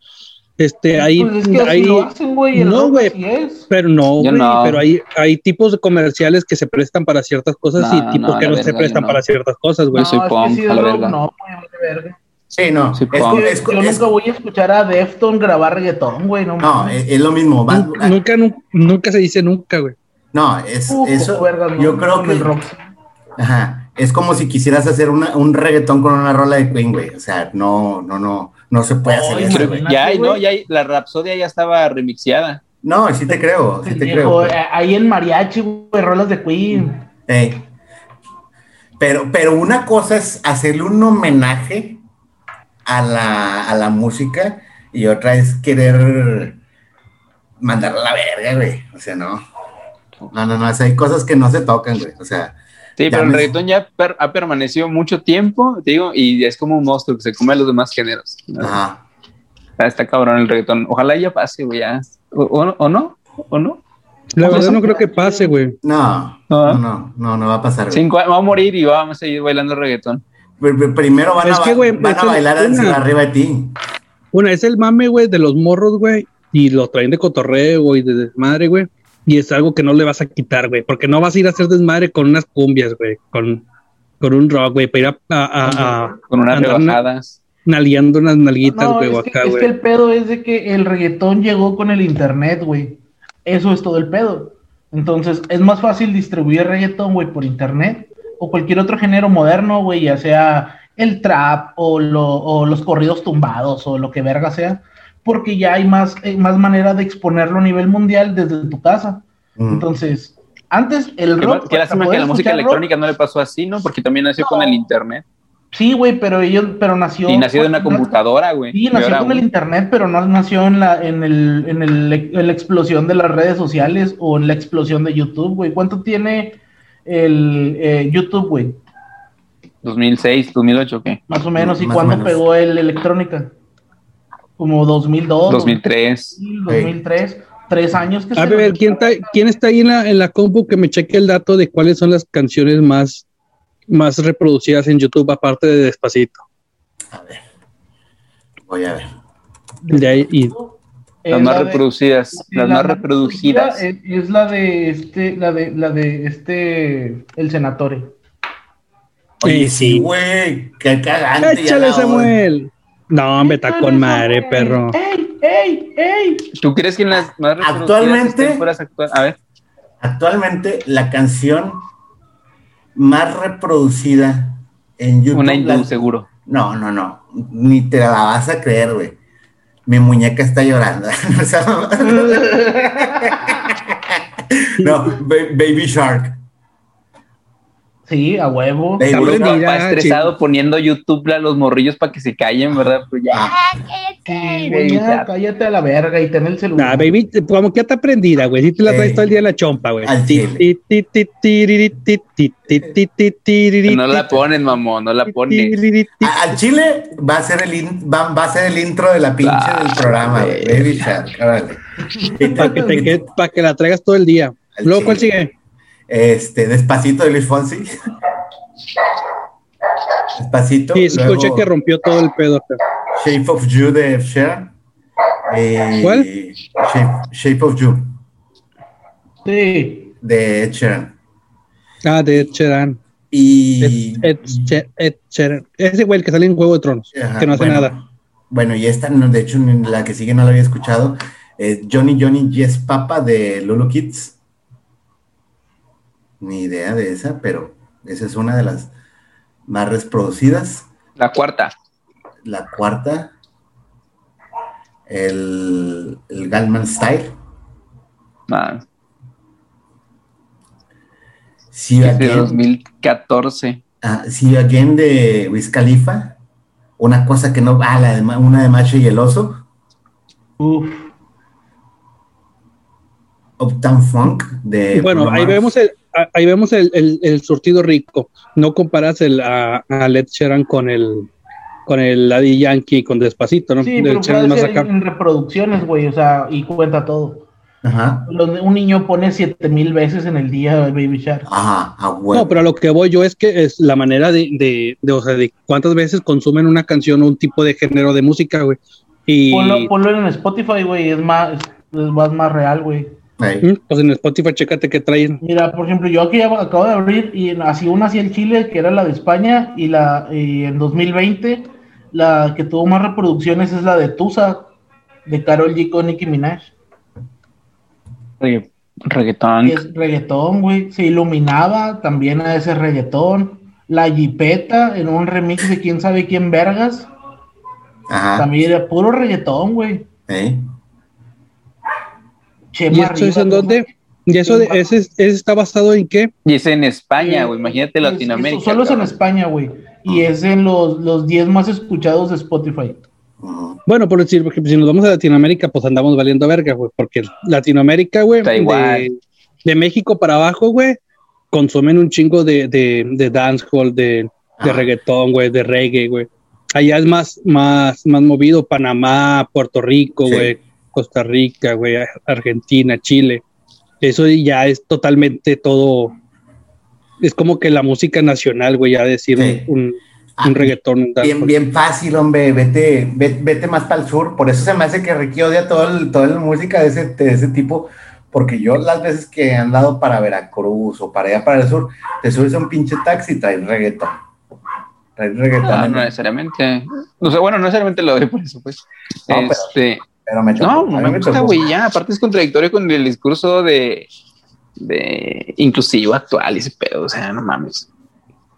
Speaker 4: Este, ahí,
Speaker 1: Pues es que así
Speaker 4: ahí-
Speaker 1: lo hacen, güey, el
Speaker 4: No,
Speaker 1: rock
Speaker 4: güey.
Speaker 1: así es.
Speaker 4: pero no,
Speaker 2: Yo
Speaker 4: güey,
Speaker 2: no.
Speaker 4: pero hay, hay tipos de comerciales que se prestan para ciertas cosas
Speaker 2: No,
Speaker 4: y tipos
Speaker 2: no,
Speaker 4: que
Speaker 2: la
Speaker 4: no se
Speaker 2: verga, yo
Speaker 4: prestan
Speaker 2: no.
Speaker 4: para ciertas cosas, güey.
Speaker 2: No, soy
Speaker 1: es que
Speaker 2: punk,
Speaker 1: si de
Speaker 2: a la
Speaker 1: rock,
Speaker 2: verga.
Speaker 1: No, güey, vale verga.
Speaker 3: Sí, no.
Speaker 2: Sí,
Speaker 3: es-
Speaker 2: punk.
Speaker 3: es-
Speaker 1: Yo
Speaker 3: es-
Speaker 1: nunca voy a escuchar a Defton grabar reggaetón, güey, no
Speaker 3: no,
Speaker 1: mames.
Speaker 3: es, es lo mismo. vas-
Speaker 4: Nunca, nunca, nu- nunca se dice nunca, güey.
Speaker 3: no, es
Speaker 1: Uf,
Speaker 3: eso.
Speaker 1: verga, no,
Speaker 3: yo creo
Speaker 1: con
Speaker 3: que
Speaker 1: el rock.
Speaker 3: Ajá. Es como si quisieras hacer una- un reggaetón con una rola de Queen, güey. O sea, no, no, no, no se puede hacer
Speaker 1: Ay,
Speaker 3: eso,
Speaker 1: creo-
Speaker 3: güey.
Speaker 2: Ya hay,
Speaker 1: güey.
Speaker 2: ¿no? Ya hay- la Rapsodia ya estaba remixiada.
Speaker 3: No, sí te creo, sí te
Speaker 1: Pendejo,
Speaker 3: creo.
Speaker 1: eh, Ahí en mariachi, güey, rolas de Queen.
Speaker 3: Eh. Pero, pero una cosa es hacerle un homenaje a la, a la música y otra es querer mandarla a la verga, güey. O sea, no. No, no, no. o sea, hay cosas que no se tocan, güey. O sea,
Speaker 2: Sí,
Speaker 3: Ya
Speaker 2: pero el
Speaker 3: me-
Speaker 2: reggaetón ya per- ha permanecido mucho tiempo, te digo, y es como un monstruo que se come a los demás géneros. ¿no?
Speaker 3: ajá.
Speaker 2: Ah, Está cabrón el reggaetón. Ojalá ya pase, güey. ya. O, o- o no? ¿O no?
Speaker 4: La
Speaker 2: Ojo,
Speaker 4: verdad
Speaker 2: eso-
Speaker 4: no creo que pase, güey.
Speaker 3: No,
Speaker 2: No, ¿eh?
Speaker 3: no, no, no, no va a pasar. güey.
Speaker 2: Cinco, va a morir y vamos a seguir bailando reggaetón.
Speaker 3: Pr- pr- Primero van,
Speaker 4: Es
Speaker 3: a,
Speaker 4: que,
Speaker 3: ba-
Speaker 4: güey,
Speaker 3: van a
Speaker 4: esto-
Speaker 3: bailar
Speaker 4: una-
Speaker 3: arriba de ti.
Speaker 4: Una es el mame, güey, de los morros, güey, y lo traen de cotorreo y de desmadre, güey. Y es algo que no le vas a quitar, güey, porque no vas a ir a hacer desmadre con unas cumbias, güey, con, con un rock, güey, para ir a, a, a- a
Speaker 2: Con unas
Speaker 4: andar na-
Speaker 2: rebajadas.
Speaker 4: naleando unas nalguitas,
Speaker 1: No,
Speaker 4: güey, o
Speaker 1: es, que,
Speaker 4: acá,
Speaker 1: es que
Speaker 4: güey.
Speaker 1: el pedo es de que el reggaetón llegó con el internet, güey. Eso es todo el pedo. Entonces, es más fácil distribuir reggaetón, güey, por internet o cualquier otro género moderno, güey, ya sea el trap o, lo, o, los corridos tumbados o lo que verga sea, porque ya hay más, eh, más manera de exponerlo a nivel mundial desde tu casa. Mm. Entonces, antes el rock...
Speaker 2: Qué lástima que la música electrónica rock, no le pasó así, ¿no? Porque también nació no. con el internet.
Speaker 1: Sí, güey, pero ellos, pero nació.
Speaker 2: Y nació de una computadora, güey.
Speaker 1: Sí, nació con wey. el internet, pero no nació en la, en el, en el, en la explosión de las redes sociales o en la explosión de YouTube, güey. ¿Cuánto tiene el eh, YouTube, güey?
Speaker 2: 2006, 2008, ¿qué?
Speaker 1: Más o menos. ¿Y cuándo pegó el electrónica? Como 2002.
Speaker 2: 2003.
Speaker 1: 2003. Hey. Tres años que
Speaker 4: A se ver, ¿quién está, ¿quién está ahí en la, en la compu que me cheque el dato de cuáles son las canciones más más reproducidas en YouTube, aparte de Despacito.
Speaker 3: A ver. Voy a ver.
Speaker 4: De ahí, y...
Speaker 2: Las más Eh, la reproducidas. De, las la más eh, reproducidas.
Speaker 1: Es, eh, es, la de este, la de, la de este, el senatore.
Speaker 3: Oye, sí, güey. Qué cagante.
Speaker 4: Échale, Samuel. No, hombre, está con madre, Samuel. perro.
Speaker 1: ¡Ey, ey, ey!
Speaker 2: ¿Tú crees que en las más reproducidas
Speaker 3: actualmente,
Speaker 2: actual... a ver.
Speaker 3: actualmente la canción más reproducida en YouTube.
Speaker 2: Una hindú, la... seguro.
Speaker 3: No, no, no. Ni te la vas a creer, güey. Mi muñeca está llorando. no, Baby Shark.
Speaker 1: Sí, a huevo.
Speaker 2: Baby Shark. No, mira, estresado chico. poniendo YouTube a los morrillos para que se callen, ¿verdad? Pero ya. Ah,
Speaker 1: cállate, baby ya, cállate a la verga y ten el celular.
Speaker 4: Nah, baby, como que está prendida, güey. Si te la traes eh, todo el día en la chompa, güey.
Speaker 3: Al
Speaker 2: No la pones, mamón, no la pones.
Speaker 3: Al Chile va a ser el, in, va, va, a ser el intro de la pinche ah, del programa, güey. Baby Shark, órale.
Speaker 4: Para que, te quede, para que la traigas todo el día. Al Luego, ¿cuál sigue?
Speaker 3: Este, Despacito de Luis Fonsi. Despacito.
Speaker 4: Sí, escuché que rompió todo el pedo.
Speaker 3: Shape of You de Cher. Eh,
Speaker 4: ¿Cuál?
Speaker 3: Shape, Shape, of You.
Speaker 1: Sí.
Speaker 3: De Ed Sheeran.
Speaker 4: Ah, de Ed Sheeran.
Speaker 3: Y.
Speaker 4: Ed, Ed, Ed Sheeran. Ese güey que sale en Juego de Tronos, Ajá, que no hace
Speaker 3: bueno,
Speaker 4: nada.
Speaker 3: Bueno, y esta, no, de hecho, la que sigue no la había escuchado. Eh, Johnny Johnny Yes Papa de Lolo Kids ni idea de esa, pero esa es una de las más reproducidas.
Speaker 2: La cuarta.
Speaker 3: La cuarta. El, el Galman Style.
Speaker 2: Ah.
Speaker 3: See
Speaker 2: es de 2014.
Speaker 3: Ah, See you Again de Wiz Khalifa. Una cosa que no. Ah, la de, una de Macho y el Oso.
Speaker 1: Uf.
Speaker 3: Uptown Funk de.
Speaker 4: Bueno, ahí vemos, el, ahí vemos el, el, el, surtido rico. No comparas el, a, a, Led Sheeran con el con el Daddy Yankee, con Despacito, ¿no?
Speaker 1: Sí, pero puede más ser acá. en reproducciones, güey, o sea, y cuenta todo.
Speaker 3: Ajá.
Speaker 1: Un niño pone siete mil veces en el día Baby Shark.
Speaker 3: Ajá, ah, bueno.
Speaker 4: No, pero a lo que voy yo es que es la manera de, de, de, o sea, de cuántas veces consumen una canción o un tipo de género de música, güey. Y... mm,
Speaker 1: Ponlo, ponlo en Spotify, güey, es más, es más, más real, güey.
Speaker 4: Ahí. Pues en Spotify, chécate qué traen.
Speaker 1: Mira, por ejemplo, yo aquí acabo de abrir y así una así el Chile, que era la de España, y la y en 2020 la que tuvo más reproducciones es la de Tusa, de Carol G con Nicki Minaj.
Speaker 2: Oye, reggaetón.
Speaker 1: Es reggaetón, güey. Se iluminaba también a ese reggaetón. La Jipeta en un remix de quién sabe quién vergas.
Speaker 3: Ajá.
Speaker 1: También era puro reggaetón, güey.
Speaker 3: ¿Eh?
Speaker 4: ¿Y esto es en dónde? ¿Y eso, de, ese, ese, está basado en qué?
Speaker 2: Y es en España, güey. Imagínate Latinoamérica.
Speaker 1: Es, solo es en España, güey. Y es en los 10 los más escuchados de Spotify.
Speaker 4: Bueno, por decir, porque si nos vamos a Latinoamérica, pues andamos valiendo verga, güey. Porque Latinoamérica, güey, de, de, México para abajo, güey, consumen un chingo de, de, de dancehall, de, de reggaetón, güey, de reggae, güey. Allá es más, más, más movido Panamá, Puerto Rico, güey. Sí. Costa Rica, güey, Argentina, Chile. Eso ya es totalmente todo. Es como que la música nacional, güey, ya decir sí. un, ah, un, reggaetón. Un
Speaker 3: bien, bien fácil, hombre. Vete, vete, vete más para el sur. Por eso se me hace que Ricky odia todo el, toda la música de ese, de ese tipo. Porque yo las veces que he andado para Veracruz o para allá para el sur, te subes a un pinche taxi y traes reggaetón. Traes reggaetón.
Speaker 2: Ah, no, necesariamente. No sé, bueno, no necesariamente lo doy por eso, pues. No, este. Pero...
Speaker 3: Pero me
Speaker 2: no, no me, me gusta, güey, ya. Aparte es contradictorio con el discurso de, de inclusivo actual y ese pedo, o sea, no mames.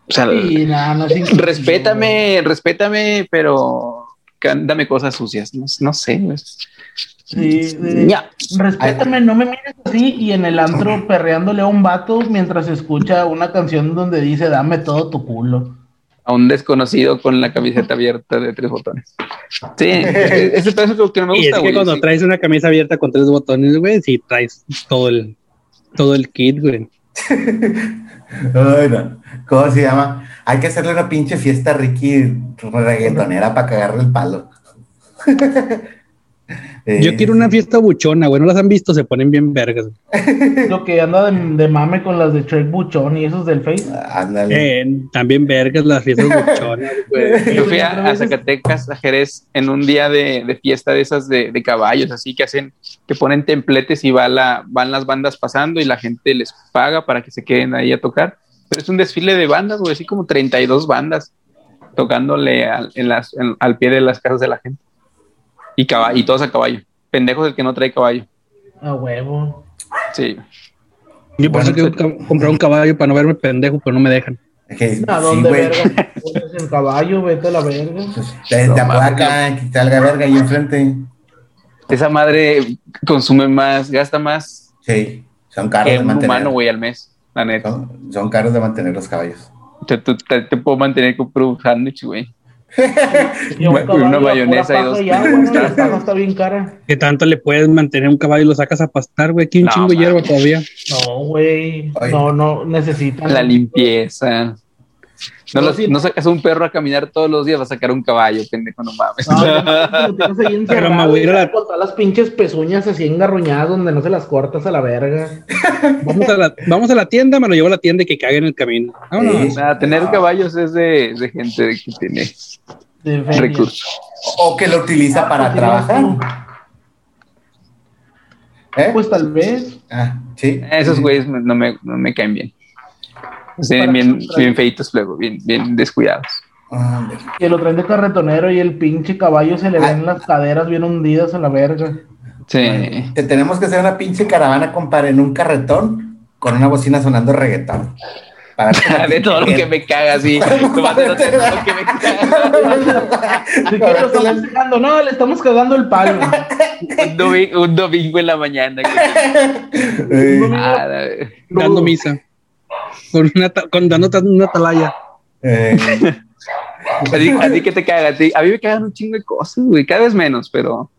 Speaker 2: O sea,
Speaker 1: Sí, no, no es inclusivo, güey.
Speaker 2: respétame, respétame, pero can- dame cosas sucias. No, no sé. pues.
Speaker 1: Sí, sí.
Speaker 2: Ya.
Speaker 1: Respétame, no me mires así y en el antro perreándole a un vato mientras escucha una canción donde dice dame todo tu culo.
Speaker 2: A un desconocido con la camiseta abierta de tres botones. Sí, e- ese pedazo es lo que no me
Speaker 4: Y
Speaker 2: gusta.
Speaker 4: es que
Speaker 2: güey,
Speaker 4: cuando
Speaker 2: sí.
Speaker 4: traes una camisa abierta con tres botones, güey, si traes todo el, todo el kit, güey.
Speaker 3: Ay, no. ¿Cómo se llama? Hay que hacerle una pinche fiesta Ricky reggaetonera para cagarle el palo. Eh,
Speaker 4: Yo quiero una fiesta buchona, güey. No las han visto, se ponen bien vergas. güey.
Speaker 1: Lo que anda de, de mame con las de Trek Buchón y esos del Face.
Speaker 3: Ándale.
Speaker 4: Eh, también vergas las fiestas buchonas, güey.
Speaker 2: Pues, Yo fui a,
Speaker 1: Otra
Speaker 2: a
Speaker 1: vez es-
Speaker 2: Zacatecas, a Jerez, en un día de, de fiesta de esas de, de caballos, así que hacen, que ponen templetes y va la, van las bandas pasando y la gente les paga para que se queden ahí a tocar. Pero es un desfile de bandas, güey, así como 32 bandas tocándole al, en las, en- al pie de las casas de la gente. Y, caba- y todos a caballo. Pendejos el que no trae caballo.
Speaker 1: A huevo.
Speaker 2: Sí.
Speaker 4: Yo por eso quiero ca- comprar un caballo para no verme pendejo, pero no me dejan.
Speaker 3: Que-
Speaker 1: ¿A
Speaker 3: sí,
Speaker 1: dónde
Speaker 3: güey. Pues,
Speaker 1: verga? Pones el caballo, vete a la verga.
Speaker 3: Te,
Speaker 2: No mames,
Speaker 3: te aplaca, que salga verga ahí enfrente.
Speaker 2: Esa madre consume más, gasta más
Speaker 3: Sí, son caros
Speaker 2: que
Speaker 3: de
Speaker 2: un
Speaker 3: mantener.
Speaker 2: humano, güey, al mes. La neta.
Speaker 3: son, son caros de mantener los caballos.
Speaker 2: Te, te- te- te puedo mantener con puro sándwich, güey.
Speaker 1: Y un
Speaker 2: Una
Speaker 1: caballo, la pura
Speaker 2: mayonesa y
Speaker 1: paja
Speaker 2: dos-
Speaker 1: Ya, bueno, la paja está bien cara.
Speaker 4: ¿Qué tanto le puedes mantener un caballo y lo sacas a pastar, güey? Aquí un
Speaker 2: No,
Speaker 4: chingo de
Speaker 2: mames.
Speaker 4: hierba todavía.
Speaker 1: No, güey.
Speaker 3: Ay.
Speaker 1: No, no, necesitan.
Speaker 2: La limpieza. No,
Speaker 1: No,
Speaker 2: los-
Speaker 1: sí.
Speaker 2: no sacas un perro a caminar todos los días, va a sacar un caballo, pendejo, no mames.
Speaker 1: No, ya Ah, no, lo tienes ahí
Speaker 4: Pero,
Speaker 1: encerrado,
Speaker 4: mamá, voy a ir a la-
Speaker 1: Con todas las pinches pezuñas así engarruñadas donde no se las cortas a la verga.
Speaker 4: Vamos a la, vamos a la tienda, me lo llevo a la tienda y que cague en el camino. Vámonos.
Speaker 2: Nada, Ah, tener
Speaker 3: No.
Speaker 2: caballos es de, de gente de que tiene
Speaker 1: De feria.
Speaker 2: recursos.
Speaker 3: O que lo utiliza
Speaker 1: Ah, pues,
Speaker 3: para trabajar. ¿Eh?
Speaker 1: Pues tal vez.
Speaker 3: Ah, sí.
Speaker 2: Esos güeyes me- no me, no me caen bien. Se
Speaker 1: Pues
Speaker 2: ven
Speaker 1: Para
Speaker 2: bien,
Speaker 1: comprar.
Speaker 2: bien feitos luego, bien, bien descuidados.
Speaker 3: Ah,
Speaker 1: Que lo traen de carretonero y el pinche caballo se le
Speaker 3: Ah.
Speaker 1: ven las caderas bien hundidas a la verga.
Speaker 2: Sí.
Speaker 3: Te tenemos que hacer una pinche caravana, compadre, en un carretón con una bocina sonando reggaetón. Para
Speaker 2: De todo lo que me caga, sí. Tomate de todo lo que me caga.
Speaker 1: ¿De qué lo estamos cagando? No, le estamos cagando el palo.
Speaker 2: Un domi- un domingo en la mañana. que-
Speaker 3: Eh,
Speaker 2: Ah, la-
Speaker 4: Dando misa. Con una, ta- con, dando ta- una atalaya.
Speaker 2: Ah,
Speaker 3: eh,
Speaker 2: A ti, a ti que te caga, a ti- a mí me cagan un chingo de cosas, güey, cada vez menos, pero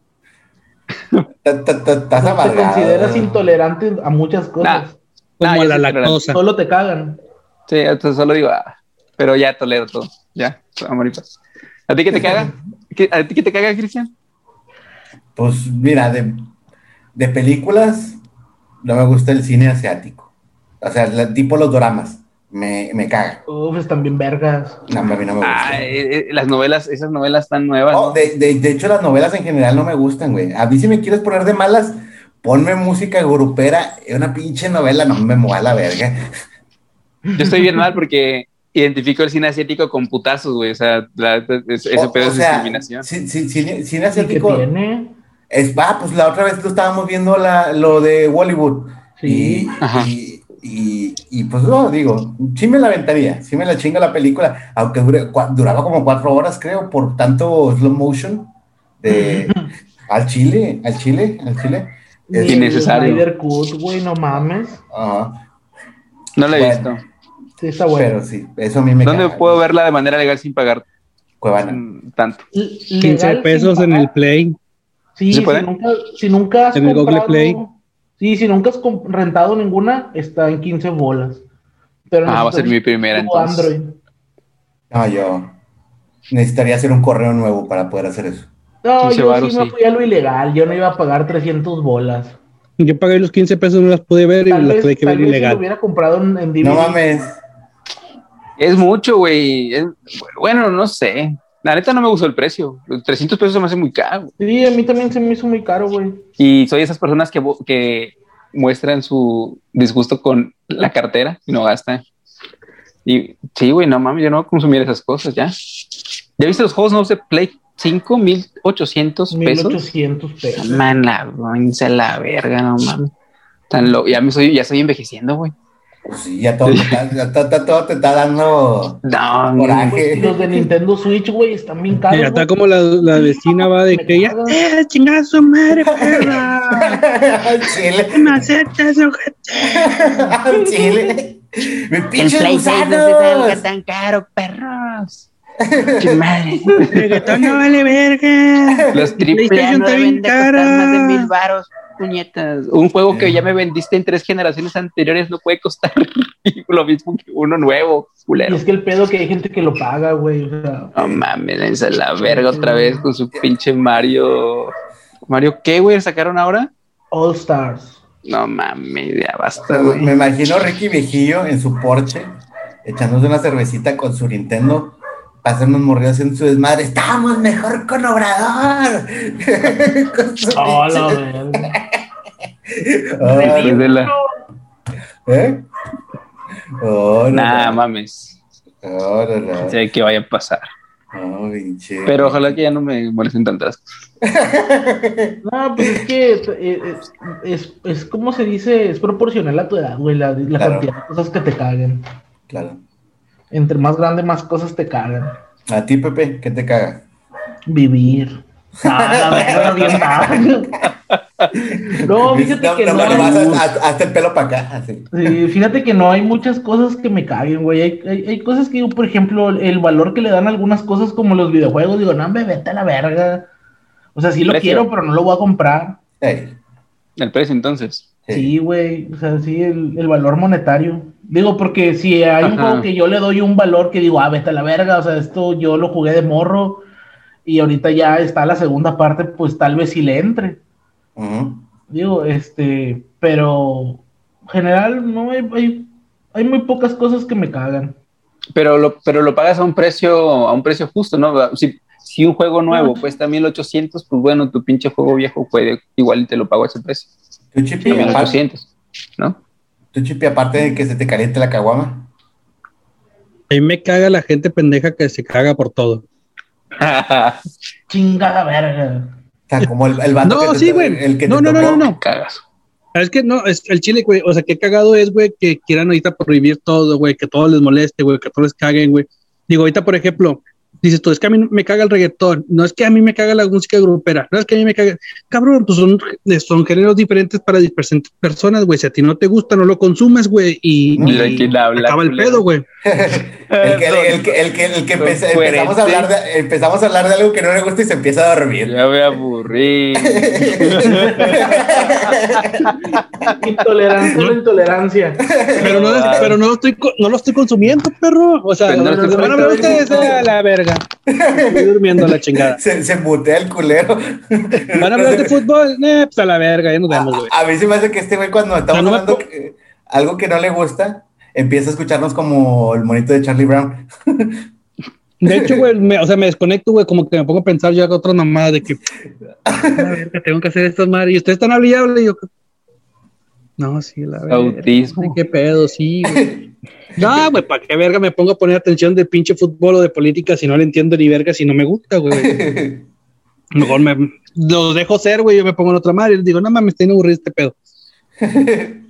Speaker 3: ta- ta- ta- Estás
Speaker 1: Te
Speaker 3: amargado.
Speaker 1: consideras intolerante a muchas cosas.
Speaker 4: Como
Speaker 2: Nah, yo
Speaker 4: a la
Speaker 2: soy tolerante.
Speaker 4: lactosa.
Speaker 1: Solo te cagan.
Speaker 2: sí, entonces solo digo, ah, pero ya tolero todo, ya, amor y paz. ¿A ti que te caga? ¿Qué- ¿A ti que te caga, Cristian?
Speaker 3: Pues mira, de, de películas no me gusta el cine asiático. O sea, la- tipo los dramas. Me, me caga.
Speaker 1: Uf, están bien vergas.
Speaker 3: No, a mí no me gusta.
Speaker 2: Ah, eh, eh, las novelas, esas novelas tan nuevas.
Speaker 3: Oh, de, de- de hecho, las novelas en general no me gustan, güey. A mí, si me quieres poner de malas, ponme música grupera. Una pinche novela no me mueva la verga.
Speaker 2: Yo estoy bien mal porque identifico el cine asiático con putazos, güey, o sea, la- es- ese
Speaker 3: O-
Speaker 2: pedo
Speaker 3: Oh, o
Speaker 2: es
Speaker 3: sea,
Speaker 2: discriminación.
Speaker 3: sí- sí- cine, cine
Speaker 1: ¿Y qué
Speaker 3: asiático.
Speaker 1: tiene?
Speaker 3: Es, ah, pues la otra vez lo estábamos viendo la, lo de Bollywood.
Speaker 1: Sí.
Speaker 3: Y-
Speaker 2: Ajá.
Speaker 3: Y, y- y, pues no, digo, sí me la aventaría, sí me la chinga la película, aunque dure- cua- duraba como cuatro horas, creo, por tanto slow motion de, al chile, al chile, al chile. Este, Es-
Speaker 1: Ni
Speaker 2: innecesario.
Speaker 1: Snyder Cut, güey, no mames.
Speaker 3: Ajá,
Speaker 2: No la he
Speaker 3: bueno,
Speaker 2: visto.
Speaker 1: Sí, está bueno.
Speaker 3: ah, Pero sí, eso a mí me
Speaker 2: ¿Dónde
Speaker 3: caga.
Speaker 2: puedo verla de manera legal sin pagar
Speaker 3: Cuevana.
Speaker 2: mm, tanto?
Speaker 1: L-
Speaker 4: 15
Speaker 1: legal
Speaker 4: pesos
Speaker 1: sin
Speaker 4: en el
Speaker 1: pagar.
Speaker 4: play.
Speaker 1: Sí,
Speaker 2: ¿Se
Speaker 1: si
Speaker 2: puede?
Speaker 1: nunca, si nunca has
Speaker 4: En el Google
Speaker 1: comprado-
Speaker 4: Play.
Speaker 1: Sí, si nunca has comp- rentado ninguna, está en 15 bolas. Pero
Speaker 2: Ah, va a ser mi
Speaker 1: necesitas
Speaker 2: primera
Speaker 1: tu
Speaker 2: entonces.
Speaker 1: Android.
Speaker 3: No, yo necesitaría hacer un correo nuevo para poder hacer eso.
Speaker 1: No,
Speaker 2: 15
Speaker 1: yo
Speaker 2: varos,
Speaker 1: sí me
Speaker 2: sí.
Speaker 1: fui a lo ilegal, yo no iba a pagar 300 bolas.
Speaker 4: Yo pagué los 15 pesos, no las pude ver y
Speaker 1: Tal
Speaker 4: las
Speaker 1: vez,
Speaker 4: tuve que
Speaker 1: tal
Speaker 4: ver
Speaker 1: vez si
Speaker 4: ilegal.
Speaker 1: lo hubiera comprado en, en DVD.
Speaker 3: No mames.
Speaker 2: Es mucho, güey. Es- Bueno, no sé. La neta no me gustó el precio. Los 300 pesos se me hace muy caro.
Speaker 1: Sí, a mí también se me hizo muy caro, güey.
Speaker 2: Y soy esas personas que, bu- que muestran su disgusto con la cartera y no gastan. Y sí, güey, no mames, yo no voy a consumir esas cosas ya. ¿Ya viste los juegos nuevos de Play 5? 1800 pesos.
Speaker 1: 1800 pesos.
Speaker 2: Man, la, mancha, la verga, no mames. Tan lo- ya me soy, ya estoy envejeciendo, güey.
Speaker 3: Pues sí, ya todo, te está- ya to- to- todo te está dando
Speaker 2: No, no,
Speaker 1: Güey,
Speaker 3: coraje.
Speaker 1: Pues, Los de Nintendo Switch, güey, están bien caros.
Speaker 4: Ya está
Speaker 1: güey.
Speaker 4: como la, la vecina va de que ella. ¡Eh, chingada su madre, pues, perra!
Speaker 3: Al Chile,
Speaker 4: ¡Maceta, sujeta!
Speaker 3: al chile. Mi
Speaker 2: El
Speaker 3: pinche
Speaker 2: Play 6 no se sabe por qué
Speaker 3: gusano.
Speaker 2: tan caro, perros. ¡Qué madre!
Speaker 4: ¡Reggaetón no vale verga!
Speaker 2: Los triple A
Speaker 4: PlayStation
Speaker 2: no
Speaker 4: está
Speaker 2: deben de
Speaker 4: bien
Speaker 2: costar
Speaker 4: cara.
Speaker 2: más de mil varos, puñetas. Un juego que ya me vendiste en tres generaciones anteriores no puede costar lo mismo que uno nuevo,
Speaker 1: Y
Speaker 2: culero.
Speaker 1: es que el pedo que hay gente que lo paga, güey. o sea,
Speaker 2: No mames, dense a la verga otra vez con su pinche Mario. ¿Mario qué, güey? ¿Sacaron ahora?
Speaker 1: All Stars.
Speaker 2: No mames, ya basta, güey.
Speaker 3: Me imagino a Ricky Viejillo en su Porsche, echándose una cervecita con su Nintendo, pasándonos morridos haciendo su desmadre. ¡Estamos mejor con Obrador! Con su
Speaker 1: Oh, la
Speaker 3: pinche-
Speaker 1: verga.
Speaker 3: Ah,
Speaker 2: Desde la-
Speaker 3: ¿Eh? Oh, no,
Speaker 2: Nah,
Speaker 3: no. Oh,
Speaker 2: mames.
Speaker 3: No, no, no.
Speaker 2: Sé que vaya a pasar.
Speaker 3: No, pinche.
Speaker 2: Pero ojalá que ya no me molesten tantas cosas.
Speaker 1: No, pues es que eh, es, es, es como se dice, es proporcional a tu edad, güey, la, la
Speaker 3: Claro.
Speaker 1: cantidad de cosas que te cagan.
Speaker 3: Claro.
Speaker 1: Entre más grande, más cosas te cagan.
Speaker 3: A ti, Pepe, ¿qué te caga?
Speaker 1: Vivir. Ah, la verga, bien mal. ah. No, fíjate
Speaker 3: No,
Speaker 1: que
Speaker 3: no
Speaker 1: no.
Speaker 3: me lo
Speaker 1: hay-
Speaker 3: vas a- a- Hazte el pelo para acá. así.
Speaker 1: Sí, fíjate que no hay muchas cosas que me caguen, güey. Hay, hay- hay cosas que, digo, por ejemplo, el valor que le dan a algunas cosas como los videojuegos, digo, no, me vete a la verga. O sea, sí lo
Speaker 2: Precio.
Speaker 1: quiero, pero no lo voy a comprar.
Speaker 3: Ey,
Speaker 2: El precio, entonces.
Speaker 3: sí.
Speaker 1: Sí, güey. O sea, sí, el, el valor monetario. Digo, porque si hay un
Speaker 2: Ajá.
Speaker 1: juego que yo le doy un valor que digo, ah, vete a la verga, o sea, esto yo lo jugué de morro y ahorita ya está la segunda parte, pues tal vez sí le entre.
Speaker 3: Ujú.
Speaker 1: Digo, este, pero en general no hay, hay, hay muy pocas cosas que me cagan.
Speaker 2: Pero lo, pero lo pagas a un precio, a un precio justo, ¿no? Si, si un juego nuevo cuesta 1800, pues bueno, tu pinche juego viejo puede, igual te lo pago a ese precio.
Speaker 3: ¿Tu chipi,
Speaker 1: Sí,
Speaker 3: aparte-
Speaker 2: 1800, ¿no?
Speaker 3: tu chipi, aparte de que se te caliente la caguama?
Speaker 4: A mí me caga la gente pendeja que se caga por todo.
Speaker 1: Chingada verga.
Speaker 3: O sea, como el, el vato
Speaker 4: No,
Speaker 3: que te-
Speaker 4: sí, güey.
Speaker 3: el que te
Speaker 4: No, no, no,
Speaker 3: tocó.
Speaker 4: no, no.
Speaker 2: Cagas.
Speaker 4: Es que no, es el chile, güey. O sea, qué cagado es, güey, que quieran ahorita prohibir todo, güey, que todo les moleste, güey, que todo les caguen, güey. Digo, ahorita, por ejemplo, dices tú, es que a mí me caga el reggaetón, no es que a mí me caga la música grupera, no es que a mí me caga. Cabrón, pues son, son géneros diferentes para diferentes personas, güey. Si a ti no te gusta, no lo consumes, güey, y,
Speaker 3: No,
Speaker 4: y
Speaker 2: de quién habla,
Speaker 4: acaba el
Speaker 2: culero.
Speaker 4: pedo, güey.
Speaker 3: El que, el que, el que, el que empe-
Speaker 2: Son
Speaker 3: empezamos, a hablar de, empezamos a hablar de algo que no le gusta y se empieza a dormir.
Speaker 2: Ya me aburrí.
Speaker 1: Intolerancia, la intolerancia.
Speaker 4: Pero, no,
Speaker 2: Ah.
Speaker 4: pero no, lo estoy, co- no lo estoy consumiendo, perro. O sea,
Speaker 2: Pero no lo estoy
Speaker 4: van a hablar
Speaker 2: consumiendo.
Speaker 4: ustedes a la verga. Estoy durmiendo a la chingada.
Speaker 3: Se, se mutea el culero.
Speaker 4: ¿Van a hablar de fútbol? Eh, pues a la verga, ya nos vemos, güey.
Speaker 3: A, a mí se me hace que este güey cuando estamos
Speaker 4: O sea, no me
Speaker 3: hablando
Speaker 4: puedo-
Speaker 3: que- algo que no le gusta, empieza a escucharnos como el monito de Charlie Brown.
Speaker 4: De hecho, güey, me- o sea, me desconecto, güey, como que me pongo a pensar yo hago otra mamada de que "A la verga, tengo que hacer estas madres. Y ustedes están hablando y hablan, y yo. No, sí, la verga.
Speaker 2: Autismo.
Speaker 4: Qué pedo, sí, güey. No, güey, ¿para qué verga me pongo a poner atención de pinche fútbol o de política si no le entiendo ni verga, si no me gusta, güey? Mejor me los dejo ser, güey, yo me pongo en otra madre y les digo, no mames, tiene aburrido este pedo.
Speaker 3: Ay,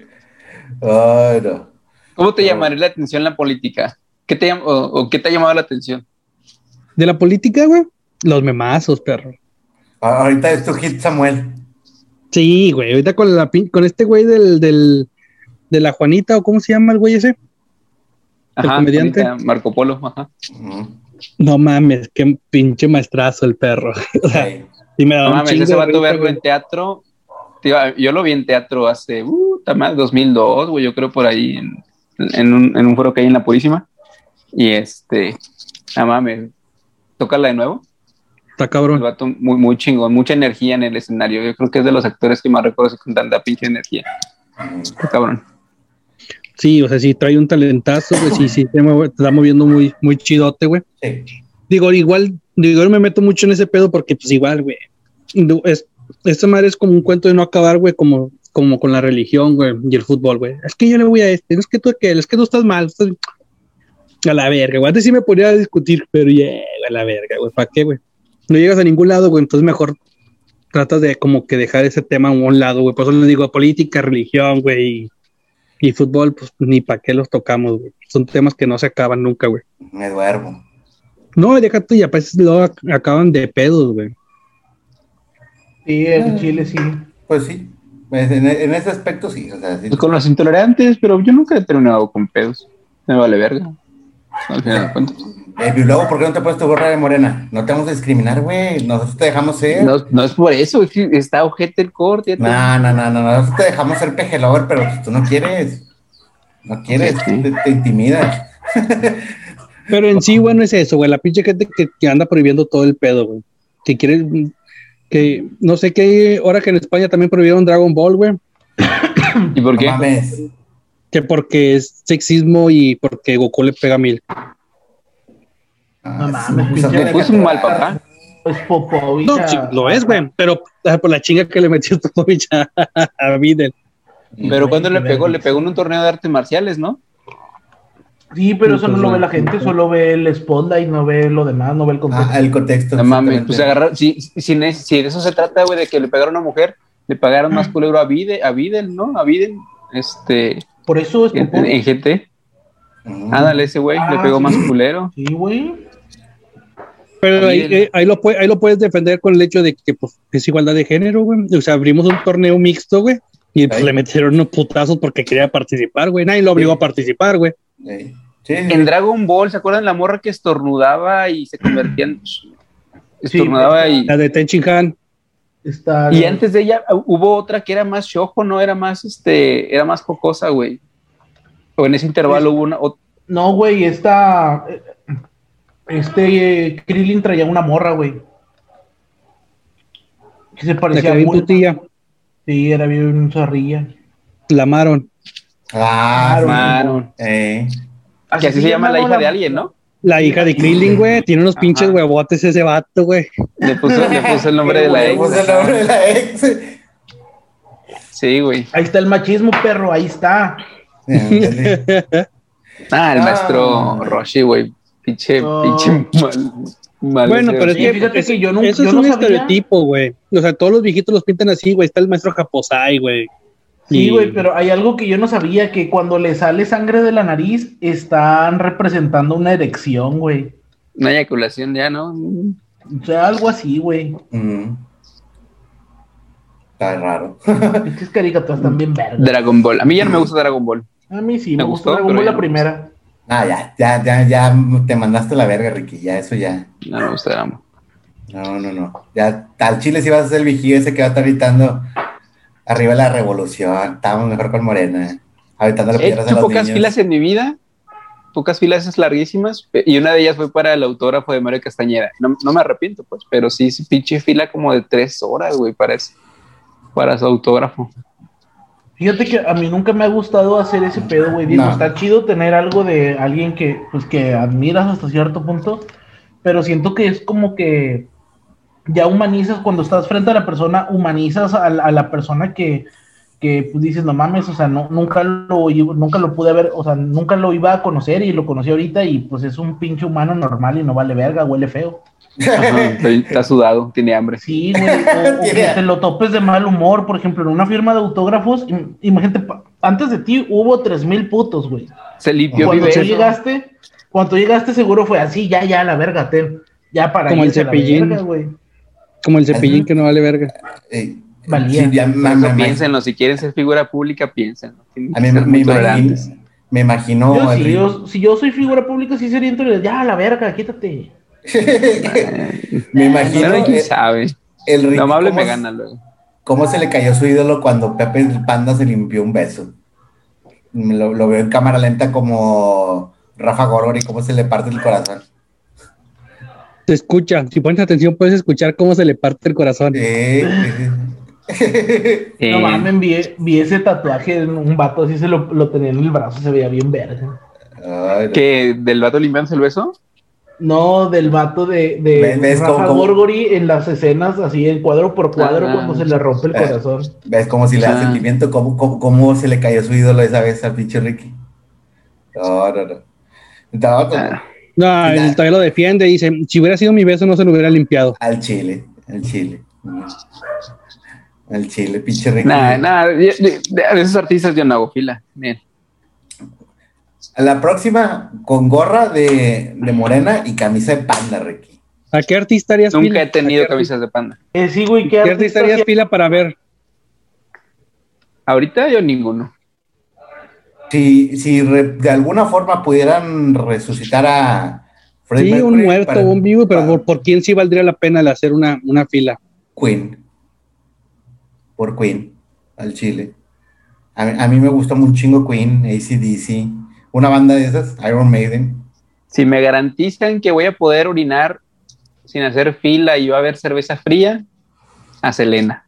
Speaker 3: no.
Speaker 2: ¿Cómo
Speaker 4: Ah.
Speaker 2: te llamaría la atención la política? ¿Qué te llam- o, o qué te ha llamado la atención?
Speaker 4: De la política, güey, los memazos, perro.
Speaker 3: A- Ahorita es tu hit, Samuel.
Speaker 4: Sí, güey, ahorita con la pin- con este güey del, del de la Juanita o cómo se llama el güey ese.
Speaker 2: Ajá,
Speaker 4: comediante. Ah,
Speaker 2: ahorita, Marco Polo, ajá.
Speaker 3: Ujú.
Speaker 4: No mames, qué pinche maestrazo el perro. O sea,
Speaker 3: Sí.
Speaker 4: sí me da
Speaker 2: No
Speaker 4: un
Speaker 2: mames,
Speaker 4: chingo
Speaker 2: ese
Speaker 4: de
Speaker 2: vato
Speaker 4: risa,
Speaker 2: verlo
Speaker 4: güey.
Speaker 2: en teatro. tío, yo lo vi en teatro hace, uh, más 2002, güey, yo creo por ahí, en, en un, en un foro que hay en La Purísima. Y este, no mames, tócala de nuevo.
Speaker 4: Está
Speaker 2: El
Speaker 4: cabrón.
Speaker 2: vato muy, muy chingón, mucha energía en el escenario. Yo creo que es de los actores que más recuerdo así con tanta pinche energía. Está cabrón.
Speaker 4: Sí, o sea, sí trae un talentazo, güey. Sí, sí, te, mueve- te está moviendo muy, muy chidote, güey.
Speaker 3: Sí.
Speaker 4: Digo, igual, digo, no me meto mucho en ese pedo porque, pues, igual, güey. du- Es, esta madre es como un cuento de no acabar, güey, como, como con la religión, güey, y el fútbol, güey. Es que yo le voy a este, es que tú aquel, es que tú estás mal. estás- A la verga, güey. Antes sí me ponía a discutir, pero ya, a la verga, güey. ¿Para qué, güey? No llegas a ningún lado, güey. Entonces mejor tratas de como que dejar ese tema a un lado, güey. Por eso le digo política, religión, güey. y Y fútbol, pues ni para qué los tocamos, güey. Son temas que no se acaban nunca, güey.
Speaker 3: Me duermo.
Speaker 4: No, y deja tú, ya pues lo ac- acaban de pedos, güey.
Speaker 1: Sí, en Chile sí.
Speaker 3: Pues sí, pues, en, en ese aspecto sí. O sea, sí.
Speaker 2: Pues con los intolerantes, pero yo nunca he terminado con pedos. Me vale verga. Al final de cuentas.
Speaker 3: Eh, y luego, ¿por qué no te puedes tu gorra de morena? No te vamos a discriminar, güey. Nosotros te dejamos ser. No,
Speaker 2: No, no es por eso, es que está ojete el corte. ya te-
Speaker 3: no, no, no, no, Nosotros te dejamos ser pejelover, pero pues, tú no quieres. No quieres,
Speaker 2: Sí.
Speaker 3: Te, te intimidas.
Speaker 4: Pero en sí, bueno, es eso, güey. La pinche gente que, que anda prohibiendo todo el pedo, güey. Que quiere. mm, Que no sé qué. Ahora que en España también prohibieron Dragon Ball, güey.
Speaker 2: ¿Y por
Speaker 3: No
Speaker 2: qué?
Speaker 3: mames.
Speaker 4: Que porque es sexismo y porque Goku le pega mil.
Speaker 1: No mames,
Speaker 3: Ah, sí,
Speaker 1: pinche
Speaker 3: usa-
Speaker 1: Goku
Speaker 2: es un mal papá.
Speaker 1: Pues Popovich.
Speaker 4: No,
Speaker 1: a-
Speaker 4: sí, lo es, güey. Pero ah, por la chinga que le metió Popovich a, a Videl.
Speaker 2: Pero cuando le pegó, le pegó en un torneo de artes marciales, ¿no?
Speaker 1: Sí, pero eso no lo ve la gente, solo ve el espalda y no ve lo demás, no ve el contexto.
Speaker 3: Ah, el contexto.
Speaker 2: pues, No mames,
Speaker 3: exactamente.
Speaker 2: pues agarrar, si, si, ne- si de eso se trata, güey, de que le pegaron a una mujer, le pagaron
Speaker 3: Mm.
Speaker 2: más culero a Biden, a Biden, ¿no? A Biden, este,
Speaker 1: Por eso es
Speaker 2: en,
Speaker 1: Popovich.
Speaker 2: en GT.
Speaker 3: Mm.
Speaker 2: ah, Ándale, ese güey, le
Speaker 1: Ah,
Speaker 2: pegó
Speaker 1: sí.
Speaker 2: más culero.
Speaker 1: Sí, güey.
Speaker 4: Pero ahí,
Speaker 2: Videl.
Speaker 4: eh, ahí lo pue- ahí lo puedes defender con el hecho de que pues, es igualdad de género, güey. O sea, abrimos un torneo mixto, güey. Y pues,
Speaker 3: Ahí.
Speaker 4: le metieron unos putazos porque quería participar, güey. Nadie lo obligó a participar, güey.
Speaker 3: Sí, sí, sí.
Speaker 2: En Dragon Ball, ¿se acuerdan la morra que estornudaba y se convertía en. Estornudaba y.
Speaker 4: La de Tenchin Han.
Speaker 1: Está.
Speaker 2: Y antes de ella uh, hubo otra que era más shojo, no era más este, era más jocosa, güey. O en ese intervalo hubo una ot-
Speaker 1: No, güey, esta. Este eh, Krillin traía una morra, güey. Que se
Speaker 4: La
Speaker 1: parecía
Speaker 4: que
Speaker 1: a
Speaker 4: vi
Speaker 1: Bulma.
Speaker 4: putilla.
Speaker 1: Sí, era bien zorrilla.
Speaker 4: La amaron.
Speaker 3: Ah,
Speaker 2: Maron,
Speaker 3: eh.
Speaker 2: que así se llama la hija de
Speaker 1: alguien,
Speaker 2: alguien, ¿no?
Speaker 4: La hija de Krillin, güey. Tiene unos
Speaker 2: Ajá.
Speaker 4: pinches huevotes ese vato, güey.
Speaker 2: Le puso, le puso el nombre de la
Speaker 3: Le puso
Speaker 2: ex.
Speaker 3: el nombre de la ex.
Speaker 2: Sí, güey.
Speaker 1: Ahí está el machismo, perro, ahí está.
Speaker 3: Ándale.
Speaker 2: Ah, el
Speaker 3: Ah.
Speaker 2: maestro Roshi, güey. Pinche,
Speaker 1: No.
Speaker 2: pinche mal. mal
Speaker 4: Bueno,
Speaker 2: deseo.
Speaker 4: pero es
Speaker 1: Sí,
Speaker 4: que,
Speaker 1: fíjate
Speaker 4: es-
Speaker 1: que yo nunca-
Speaker 4: eso
Speaker 1: yo
Speaker 4: es
Speaker 1: no
Speaker 4: un
Speaker 1: sabía.
Speaker 4: estereotipo, güey. O sea, todos los viejitos los pintan así, güey. Está el maestro Japosai, güey.
Speaker 1: Sí,
Speaker 4: Y-
Speaker 1: güey, pero hay algo que yo no sabía, que cuando le sale sangre de la nariz, están representando una erección, güey.
Speaker 2: Una eyaculación ya, ¿no?
Speaker 1: O sea, algo así, güey.
Speaker 3: Mm. Está raro.
Speaker 1: Estas caricaturas están bien verdes.
Speaker 2: Dragon Ball. A mí ya no me gusta Dragon Ball.
Speaker 1: A mí sí, me,
Speaker 2: Me
Speaker 1: gustó,
Speaker 2: gustó,
Speaker 1: Dragon
Speaker 2: pero
Speaker 1: Ball
Speaker 2: ya
Speaker 1: la
Speaker 2: no.
Speaker 1: primera.
Speaker 3: Ah, ya, ya, ya, ya te mandaste la verga, Ricky. Ya, eso ya.
Speaker 2: No me gusta Dragon Ball.
Speaker 3: No, no, no. Ya, tal chile si vas a ser el vigío ese que va a estar gritando arriba la revolución. Estábamos mejor con Morena. Aventando
Speaker 2: He
Speaker 3: piedras a
Speaker 2: hecho
Speaker 3: los
Speaker 2: Eh, pocas
Speaker 3: niños.
Speaker 2: filas en mi vida, pocas filas esas larguísimas, pe- y una de ellas fue para el autógrafo de Mario Castañeda. No, no me arrepiento, pues, pero sí, sí, pinche fila como de tres horas, güey, para, ese- para su autógrafo.
Speaker 1: Fíjate que a mí nunca me ha gustado hacer ese pedo, güey. Digo,
Speaker 3: No.
Speaker 1: está chido tener algo de alguien que, pues, que admiras hasta cierto punto, pero siento que es como que ya humanizas, cuando estás frente a la persona, humanizas a, la- a la persona que, que pues, dices, no mames, o sea, no, nunca, lo, iba- nunca lo pude ver, o sea, nunca lo iba a conocer y lo conocí ahorita y pues es un pinche humano normal y no vale verga, huele feo.
Speaker 2: Ajá, estoy- está sudado, tiene hambre.
Speaker 1: Sí, güey, o, o que te lo topes de mal humor, por ejemplo, en una firma de autógrafos, im- imagínate, pa- antes de ti hubo tres mil putos, güey.
Speaker 2: Se limpió
Speaker 1: Cuando tú
Speaker 2: Vives.
Speaker 1: llegaste, cuando tú llegaste seguro fue así, ya, ya, la verga, ten. Ya para
Speaker 4: Como el
Speaker 1: irse a la
Speaker 4: Cepillín.
Speaker 1: verga, güey.
Speaker 4: Como el cepillín
Speaker 3: Ajá.
Speaker 4: que no vale verga.
Speaker 3: Eh,
Speaker 1: Valía.
Speaker 3: sí, ya me-
Speaker 2: Por
Speaker 3: me-
Speaker 2: eso
Speaker 3: me-
Speaker 2: piénsenlo, si quieren ser figura pública, piénsenlo. Tienen
Speaker 3: A
Speaker 2: que
Speaker 3: mí me,
Speaker 2: ser
Speaker 3: me
Speaker 2: muy
Speaker 3: imagino,
Speaker 2: tolerantes.
Speaker 3: me imagino
Speaker 1: Yo,
Speaker 3: al
Speaker 1: si,
Speaker 3: Ricky.
Speaker 1: yo, si yo soy figura pública, sí sería intolerante. Ya, la verga, quítate.
Speaker 3: me imagino
Speaker 2: Pero quién
Speaker 3: el,
Speaker 2: sabe.
Speaker 3: el Ricky
Speaker 2: No amable
Speaker 3: cómo-
Speaker 2: me gana luego.
Speaker 3: ¿Cómo se le cayó su ídolo cuando Pepe el Panda se limpió un beso? Me Lo, lo veo en cámara lenta como Rafa Gorgori, cómo se le parte el corazón.
Speaker 4: Se escucha. Si pones atención, puedes escuchar cómo se le parte el corazón.
Speaker 3: Sí, sí, sí.
Speaker 2: Eh,
Speaker 1: No mames, vi, vi ese tatuaje en un vato así, se lo, lo tenía en el brazo, se veía bien verga.
Speaker 3: Ay, no.
Speaker 2: que del vato limpiándose el beso,
Speaker 1: No, del vato de, de
Speaker 3: ¿Ves- ves
Speaker 1: Rafa
Speaker 3: cómo- cómo?
Speaker 1: Gorgori en las escenas, así, en cuadro por cuadro,
Speaker 2: Ah,
Speaker 1: cuando se le rompe el
Speaker 3: eh.
Speaker 1: corazón.
Speaker 3: ¿Ves cómo si le
Speaker 2: Ah.
Speaker 3: da sentimiento? ¿Cómo, cómo, cómo se le cayó su ídolo esa vez al pinche Ricky? No, no, no. Estaba con-
Speaker 2: Ah.
Speaker 4: No, él todavía lo defiende. Dice, si hubiera sido mi beso, no se lo hubiera limpiado.
Speaker 3: al Chile, al Chile. Al Chile, pinche Ricky.
Speaker 2: nada, nada, yo- yo- de- a veces artistas yo no hago fila. Miren.
Speaker 3: A la próxima, con gorra de, de morena y camisa de panda, Ricky.
Speaker 4: ¿A qué artista harías
Speaker 2: Nunca
Speaker 4: fila?
Speaker 2: he tenido
Speaker 4: ¿A qué arti-
Speaker 2: camisas de panda.
Speaker 1: Eh, sí, güey, ¿qué
Speaker 4: ¿Qué
Speaker 1: artista
Speaker 4: artista harías
Speaker 1: hacía-
Speaker 4: fila para ver?
Speaker 2: Ahorita yo ninguno.
Speaker 3: Si, si re- de alguna forma pudieran resucitar a Freddie
Speaker 4: Sí, un
Speaker 3: Mercury
Speaker 4: muerto,
Speaker 3: para-
Speaker 4: un vivo, pero
Speaker 3: para
Speaker 4: por, por quién sí valdría la pena el hacer una, una fila?
Speaker 3: Queen. Por Queen, al Chile. A mí, a mí me gusta un chingo Queen, ACDC, una banda de esas, Iron Maiden.
Speaker 2: Si me garantizan que voy a poder orinar sin hacer fila y va a haber cerveza fría, a Selena.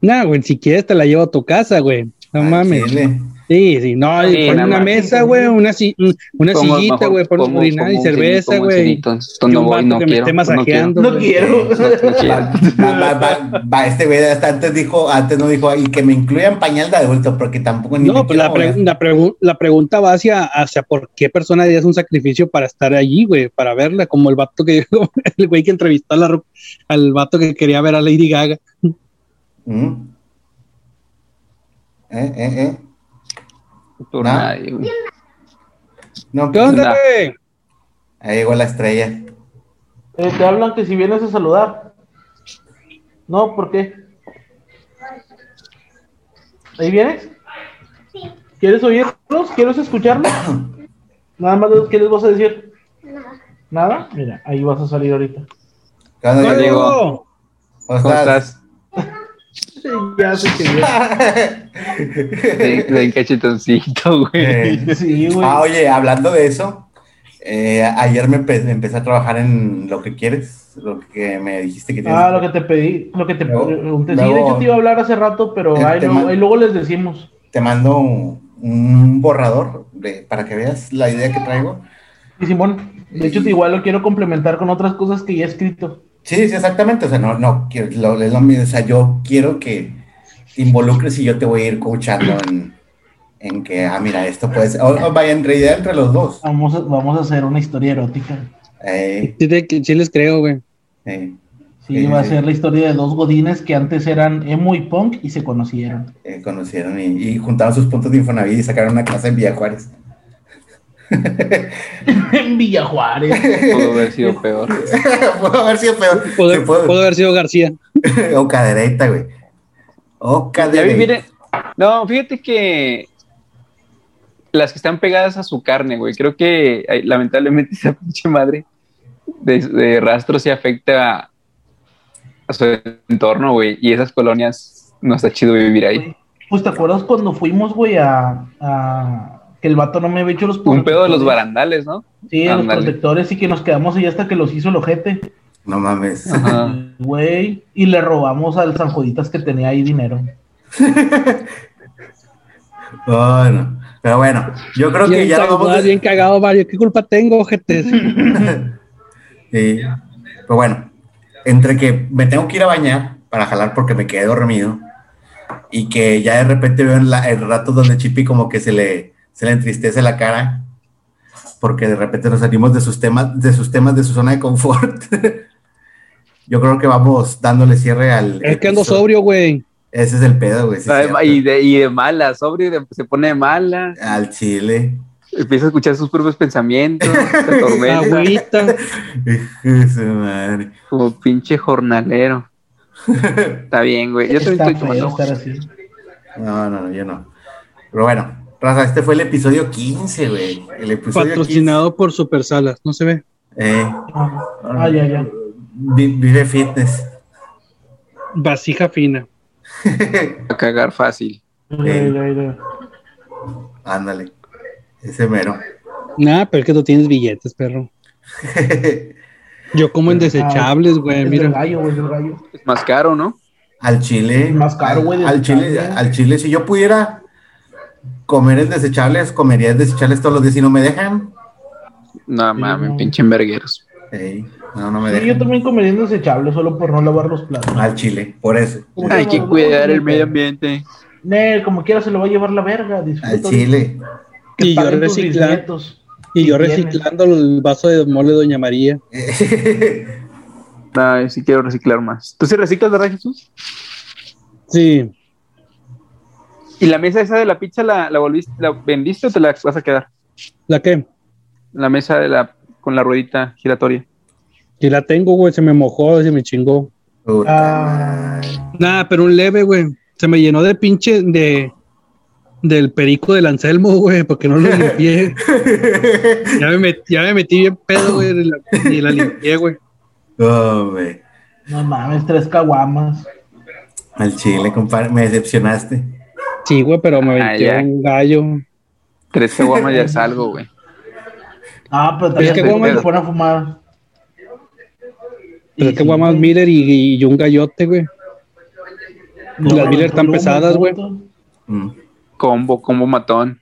Speaker 4: Nah, güey, si quieres te la llevo a tu casa, güey. No
Speaker 3: al
Speaker 4: mames.
Speaker 3: Chile.
Speaker 4: Sí, sí, no,
Speaker 2: Sí,
Speaker 4: pon
Speaker 2: no
Speaker 4: una
Speaker 2: mames.
Speaker 4: mesa, güey, una, si- una
Speaker 2: Como-
Speaker 4: sillita,
Speaker 2: mejor
Speaker 4: güey, pon
Speaker 2: como-
Speaker 4: un urinal
Speaker 2: como
Speaker 4: y
Speaker 2: un cenito,
Speaker 4: cerveza,
Speaker 2: como un
Speaker 4: güey.
Speaker 2: cenito. Entonces,
Speaker 4: Y
Speaker 2: no
Speaker 4: un
Speaker 2: voy,
Speaker 4: vato
Speaker 2: no
Speaker 4: que me
Speaker 2: quiero.
Speaker 4: esté
Speaker 2: no quiero.
Speaker 4: masajeando.
Speaker 1: No quiero.
Speaker 2: No quiero.
Speaker 3: Va, va, va, va, este güey hasta antes dijo, antes no dijo, y que me incluyan pañal de adulto, porque tampoco ni
Speaker 4: No,
Speaker 3: me
Speaker 4: pues la,
Speaker 3: quiero
Speaker 4: pre-
Speaker 3: mover.
Speaker 4: la, pregu- la pregunta va hacia, hacia por qué persona harías un sacrificio para estar allí, güey, para verla, como el vato que, como el güey que entrevistó a la, ru- al vato que quería ver a Lady Gaga.
Speaker 3: ¿Mm? Eh, eh, eh.
Speaker 2: Por
Speaker 3: Ah.
Speaker 2: nadie, güey.
Speaker 3: No,
Speaker 4: ¿Qué
Speaker 3: pues,
Speaker 4: onda,
Speaker 2: Nah.
Speaker 4: güey?
Speaker 3: ahí llegó la estrella.
Speaker 1: Eh, te hablan que si vienes a saludar. No, ¿por qué? ¿Ahí vienes? ¿Quieres oírlos? ¿Quieres escucharlos? Nada más, ¿qué les vas a decir? ¿Nada? Mira, ahí vas a salir ahorita.
Speaker 3: ¿Qué onda,
Speaker 4: ¿Cómo
Speaker 3: Diego?
Speaker 4: llegó?
Speaker 3: ¿Cómo
Speaker 2: ¿Cómo
Speaker 3: estás?
Speaker 2: estás?
Speaker 1: Ya sé que
Speaker 2: Ven, ven, cachetoncito, güey.
Speaker 3: Eh.
Speaker 1: Sí, güey.
Speaker 3: Ah, oye, hablando de eso, eh, ayer me empe- empecé a trabajar en lo que quieres, lo que me dijiste que tienes.
Speaker 1: Ah, lo que te pedí, lo que te
Speaker 3: Luego-
Speaker 1: pregunté. Sí,
Speaker 3: luego-
Speaker 1: de hecho te iba a hablar hace rato, pero
Speaker 3: El
Speaker 1: ahí no-
Speaker 3: tema-
Speaker 1: ahí luego les decimos.
Speaker 3: Te mando un, un borrador de- para que veas la idea que traigo.
Speaker 1: Y Simón, de hecho te igual lo quiero complementar con otras cosas que ya he escrito.
Speaker 3: Sí, sí, exactamente. O sea, no, no, quiero- lo, es lo mismo. O sea, yo quiero que te involucres y yo te voy a ir coachando en, en que, ah, mira, esto puede ser. O, o vaya entre idea entre los dos.
Speaker 1: Vamos a, vamos a hacer una historia erótica.
Speaker 3: Eh,
Speaker 4: Sí, te- sí les creo, güey.
Speaker 3: eh,
Speaker 1: Sí,
Speaker 3: Sí,
Speaker 1: va a
Speaker 3: sí.
Speaker 1: ser la historia de dos godines que antes eran emo y punk y se conocieron.
Speaker 3: eh, conocieron y, y juntaron sus puntos de Infonavit y sacaron una casa en Villa Juárez.
Speaker 1: en Villa Juárez.
Speaker 2: Pudo haber sido peor.
Speaker 3: Pudo haber sido peor. Se
Speaker 4: Pudo,
Speaker 3: pudo-
Speaker 4: pudo haber sido García.
Speaker 3: o cadereta, güey. O
Speaker 2: Ya vi,
Speaker 3: cadereta.
Speaker 2: mire, no, fíjate que las que están pegadas a su carne, güey, creo que ay, lamentablemente esa pinche madre de, de rastro se afecta a, a su entorno, güey, y esas colonias no está chido vivir ahí.
Speaker 1: Pues te acuerdas cuando fuimos, güey, a, a- que el vato no me había hecho los
Speaker 2: Un pedo de los
Speaker 1: protectores?
Speaker 2: barandales, ¿no?
Speaker 1: Sí, los
Speaker 2: Ándale.
Speaker 1: protectores y que nos quedamos ahí hasta que los hizo el ojete.
Speaker 3: No mames.
Speaker 2: Ajá.
Speaker 1: Güey, y le robamos al San Juditas que tenía ahí dinero.
Speaker 3: Bueno, pero bueno, yo creo que
Speaker 4: Bien,
Speaker 3: ya nos
Speaker 4: cagado,
Speaker 3: vamos.
Speaker 4: bien
Speaker 3: de-
Speaker 4: cagado, Mario. ¿Qué culpa tengo, ojete?
Speaker 3: Sí. Pero bueno, entre que me tengo que ir a bañar para jalar porque me quedé dormido y que ya de repente veo en la- el rato donde Chippy como que se le, se le entristece la cara porque de repente nos salimos de sus temas, de sus temas de su zona de confort. Yo creo que vamos dándole cierre al.
Speaker 4: Es que ando
Speaker 3: episodio.
Speaker 4: sobrio, güey.
Speaker 3: Ese es el pedo, güey. sí, cierto.
Speaker 2: Ah, y, de, y de mala, sobrio, de- se pone de mala,
Speaker 3: Al chile.
Speaker 2: empieza a escuchar sus propios pensamientos, se
Speaker 4: Ah,
Speaker 2: atormenta,
Speaker 4: Agüita.
Speaker 3: Hijo de su madre.
Speaker 2: como pinche jornalero. Está bien, güey. Yo también
Speaker 1: Está
Speaker 2: estoy
Speaker 1: feo
Speaker 2: tomando. agua.
Speaker 1: estar así.
Speaker 3: No, no, no, yo no. Pero bueno, Raza, este fue el episodio 15, güey. El episodio
Speaker 4: Patrocinado por Super Salas. No se ve.
Speaker 3: 15. Eh,
Speaker 1: Ah, ah, ya, ya.
Speaker 3: Vi- Vive Fitness.
Speaker 4: Vasija fina.
Speaker 2: A cagar fácil.
Speaker 1: Ya,
Speaker 2: Eh,
Speaker 1: ya, ya.
Speaker 3: Ándale. Ese mero.
Speaker 4: Nah, pero es que tú tienes billetes, perro. Yo como
Speaker 3: Ah.
Speaker 4: en desechables, güey,
Speaker 1: Es
Speaker 4: mira.
Speaker 1: del gallo, güey, del gallo.
Speaker 2: Es más caro, ¿no?
Speaker 3: al chile.
Speaker 1: Más caro, güey,
Speaker 3: Al, al
Speaker 1: del
Speaker 3: chile,
Speaker 1: cambio.
Speaker 3: al chile. Si yo pudiera comer en desechables, comería en desechables todos los días y no me dejan.
Speaker 2: No mames, pinche envergueros.
Speaker 3: Ey, no, no me
Speaker 1: Sí, yo
Speaker 3: dejan.
Speaker 1: también comería desechable solo por no lavar los platos.
Speaker 3: Al chile, por eso.
Speaker 2: Hay que cuidar el medio ambiente.
Speaker 1: Nel, como quiera se lo va a llevar la verga.
Speaker 3: Al
Speaker 1: Disfruta.
Speaker 3: chile.
Speaker 1: Que
Speaker 4: Y yo
Speaker 1: paguen tus
Speaker 4: recicla-
Speaker 1: bisnietos.
Speaker 4: Y yo
Speaker 1: Tienes.
Speaker 4: reciclando el vaso de mole de Doña María.
Speaker 2: No, yo sí quiero reciclar más. ¿Tú sí reciclas, verdad, Jesús?
Speaker 4: Sí.
Speaker 2: ¿Y la mesa esa de la pizza la, la volviste, la vendiste o te la vas a quedar?
Speaker 4: ¿La qué?
Speaker 2: La mesa de la con la ruedita giratoria.
Speaker 4: Y la tengo, güey, se me mojó, se me chingó.
Speaker 1: Ah.
Speaker 3: Puta madre.
Speaker 4: Nada, pero un leve, güey. Se me llenó de pinche de del perico del Anselmo, güey, porque no lo limpié. ya, me met- ya me metí bien pedo, güey, y la, y la limpié, güey.
Speaker 3: No, güey.
Speaker 1: No mames, tres caguamas.
Speaker 3: Al chile, compadre, me decepcionaste.
Speaker 4: Sí, güey, pero me
Speaker 2: Ah,
Speaker 4: aventé
Speaker 2: ya.
Speaker 4: un gallo.
Speaker 2: Tres caguamas ya es algo, güey.
Speaker 1: Ah, pero también
Speaker 4: Es que
Speaker 1: te
Speaker 4: guamas-
Speaker 1: se pone a fumar.
Speaker 4: Pero es que
Speaker 1: sí,
Speaker 4: Guamas
Speaker 1: güey.
Speaker 4: Miller y, y un gallote, güey.
Speaker 1: No,
Speaker 4: las Miller están
Speaker 1: luego me
Speaker 4: pesadas, güey.
Speaker 1: junto.
Speaker 3: Mm.
Speaker 2: Combo, combo matón.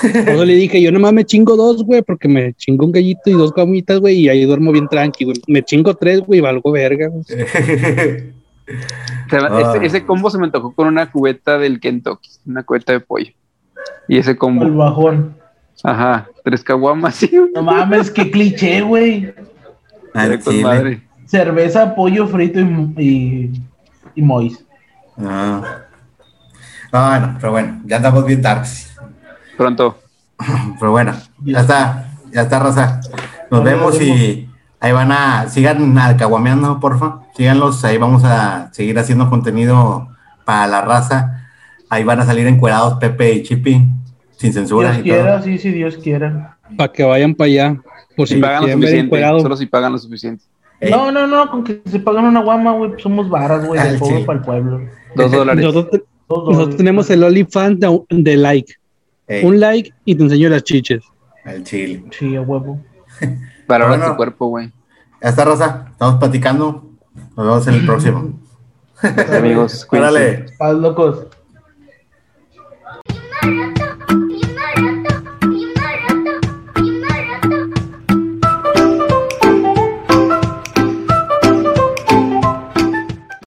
Speaker 4: Por eso le dije, yo nomás me chingo dos, güey, porque me chingo un gallito y dos gomitas, güey, y ahí duermo bien tranqui, güey. Me chingo tres, güey, y valgo verga, güey.
Speaker 2: O sea,
Speaker 3: Ah.
Speaker 2: ese, ese combo se me tocó con una cubeta del Kentucky, una cubeta de pollo. Y ese
Speaker 1: El
Speaker 2: combo,
Speaker 1: bajón.
Speaker 2: ajá, tres caguamas, sí.
Speaker 1: No mames, qué cliché, güey.
Speaker 3: Al
Speaker 2: Con
Speaker 3: chile.
Speaker 2: madre.
Speaker 1: Cerveza, pollo frito y, y, y mois.
Speaker 3: Ah. Ah, no, pero bueno, ya andamos bien tarde.
Speaker 2: Pronto.
Speaker 3: Pero bueno, ya está, ya está, raza. Nos
Speaker 1: Ahora
Speaker 3: vemos
Speaker 1: nos
Speaker 3: y ahí van a, sigan alcahuameando, porfa. Síganlos, ahí vamos a seguir haciendo contenido para la raza. Ahí van a salir encuerados Pepe y Chippy, sin censura
Speaker 1: Dios
Speaker 3: y
Speaker 1: quiera,
Speaker 3: todo.
Speaker 1: sí, sí, Dios quiera.
Speaker 4: Para que vayan para allá. Por si
Speaker 2: Si
Speaker 4: me
Speaker 2: pagan lo
Speaker 4: quieren ver
Speaker 2: suficiente.
Speaker 4: encuerado.
Speaker 2: Solo si pagan lo suficiente.
Speaker 3: Ey,
Speaker 1: No, no, no, con que se pagan una guama, güey, pues somos varas, güey,
Speaker 3: Ah,
Speaker 1: de pobre
Speaker 3: sí.
Speaker 1: para el pueblo.
Speaker 2: Dos dólares.
Speaker 4: Nosotros, te-
Speaker 1: Dos dólares.
Speaker 4: nosotros tenemos el OnlyFans de, de like.
Speaker 3: ey,
Speaker 4: Un like y te enseño las chiches.
Speaker 3: al chile.
Speaker 1: Sí, a huevo.
Speaker 2: Valora
Speaker 3: Bueno.
Speaker 2: tu cuerpo, güey.
Speaker 3: Ya está, raza. Estamos platicando. Nos vemos en el próximo.
Speaker 2: Amigos, cuídense.
Speaker 3: Órale.
Speaker 1: Paz, locos.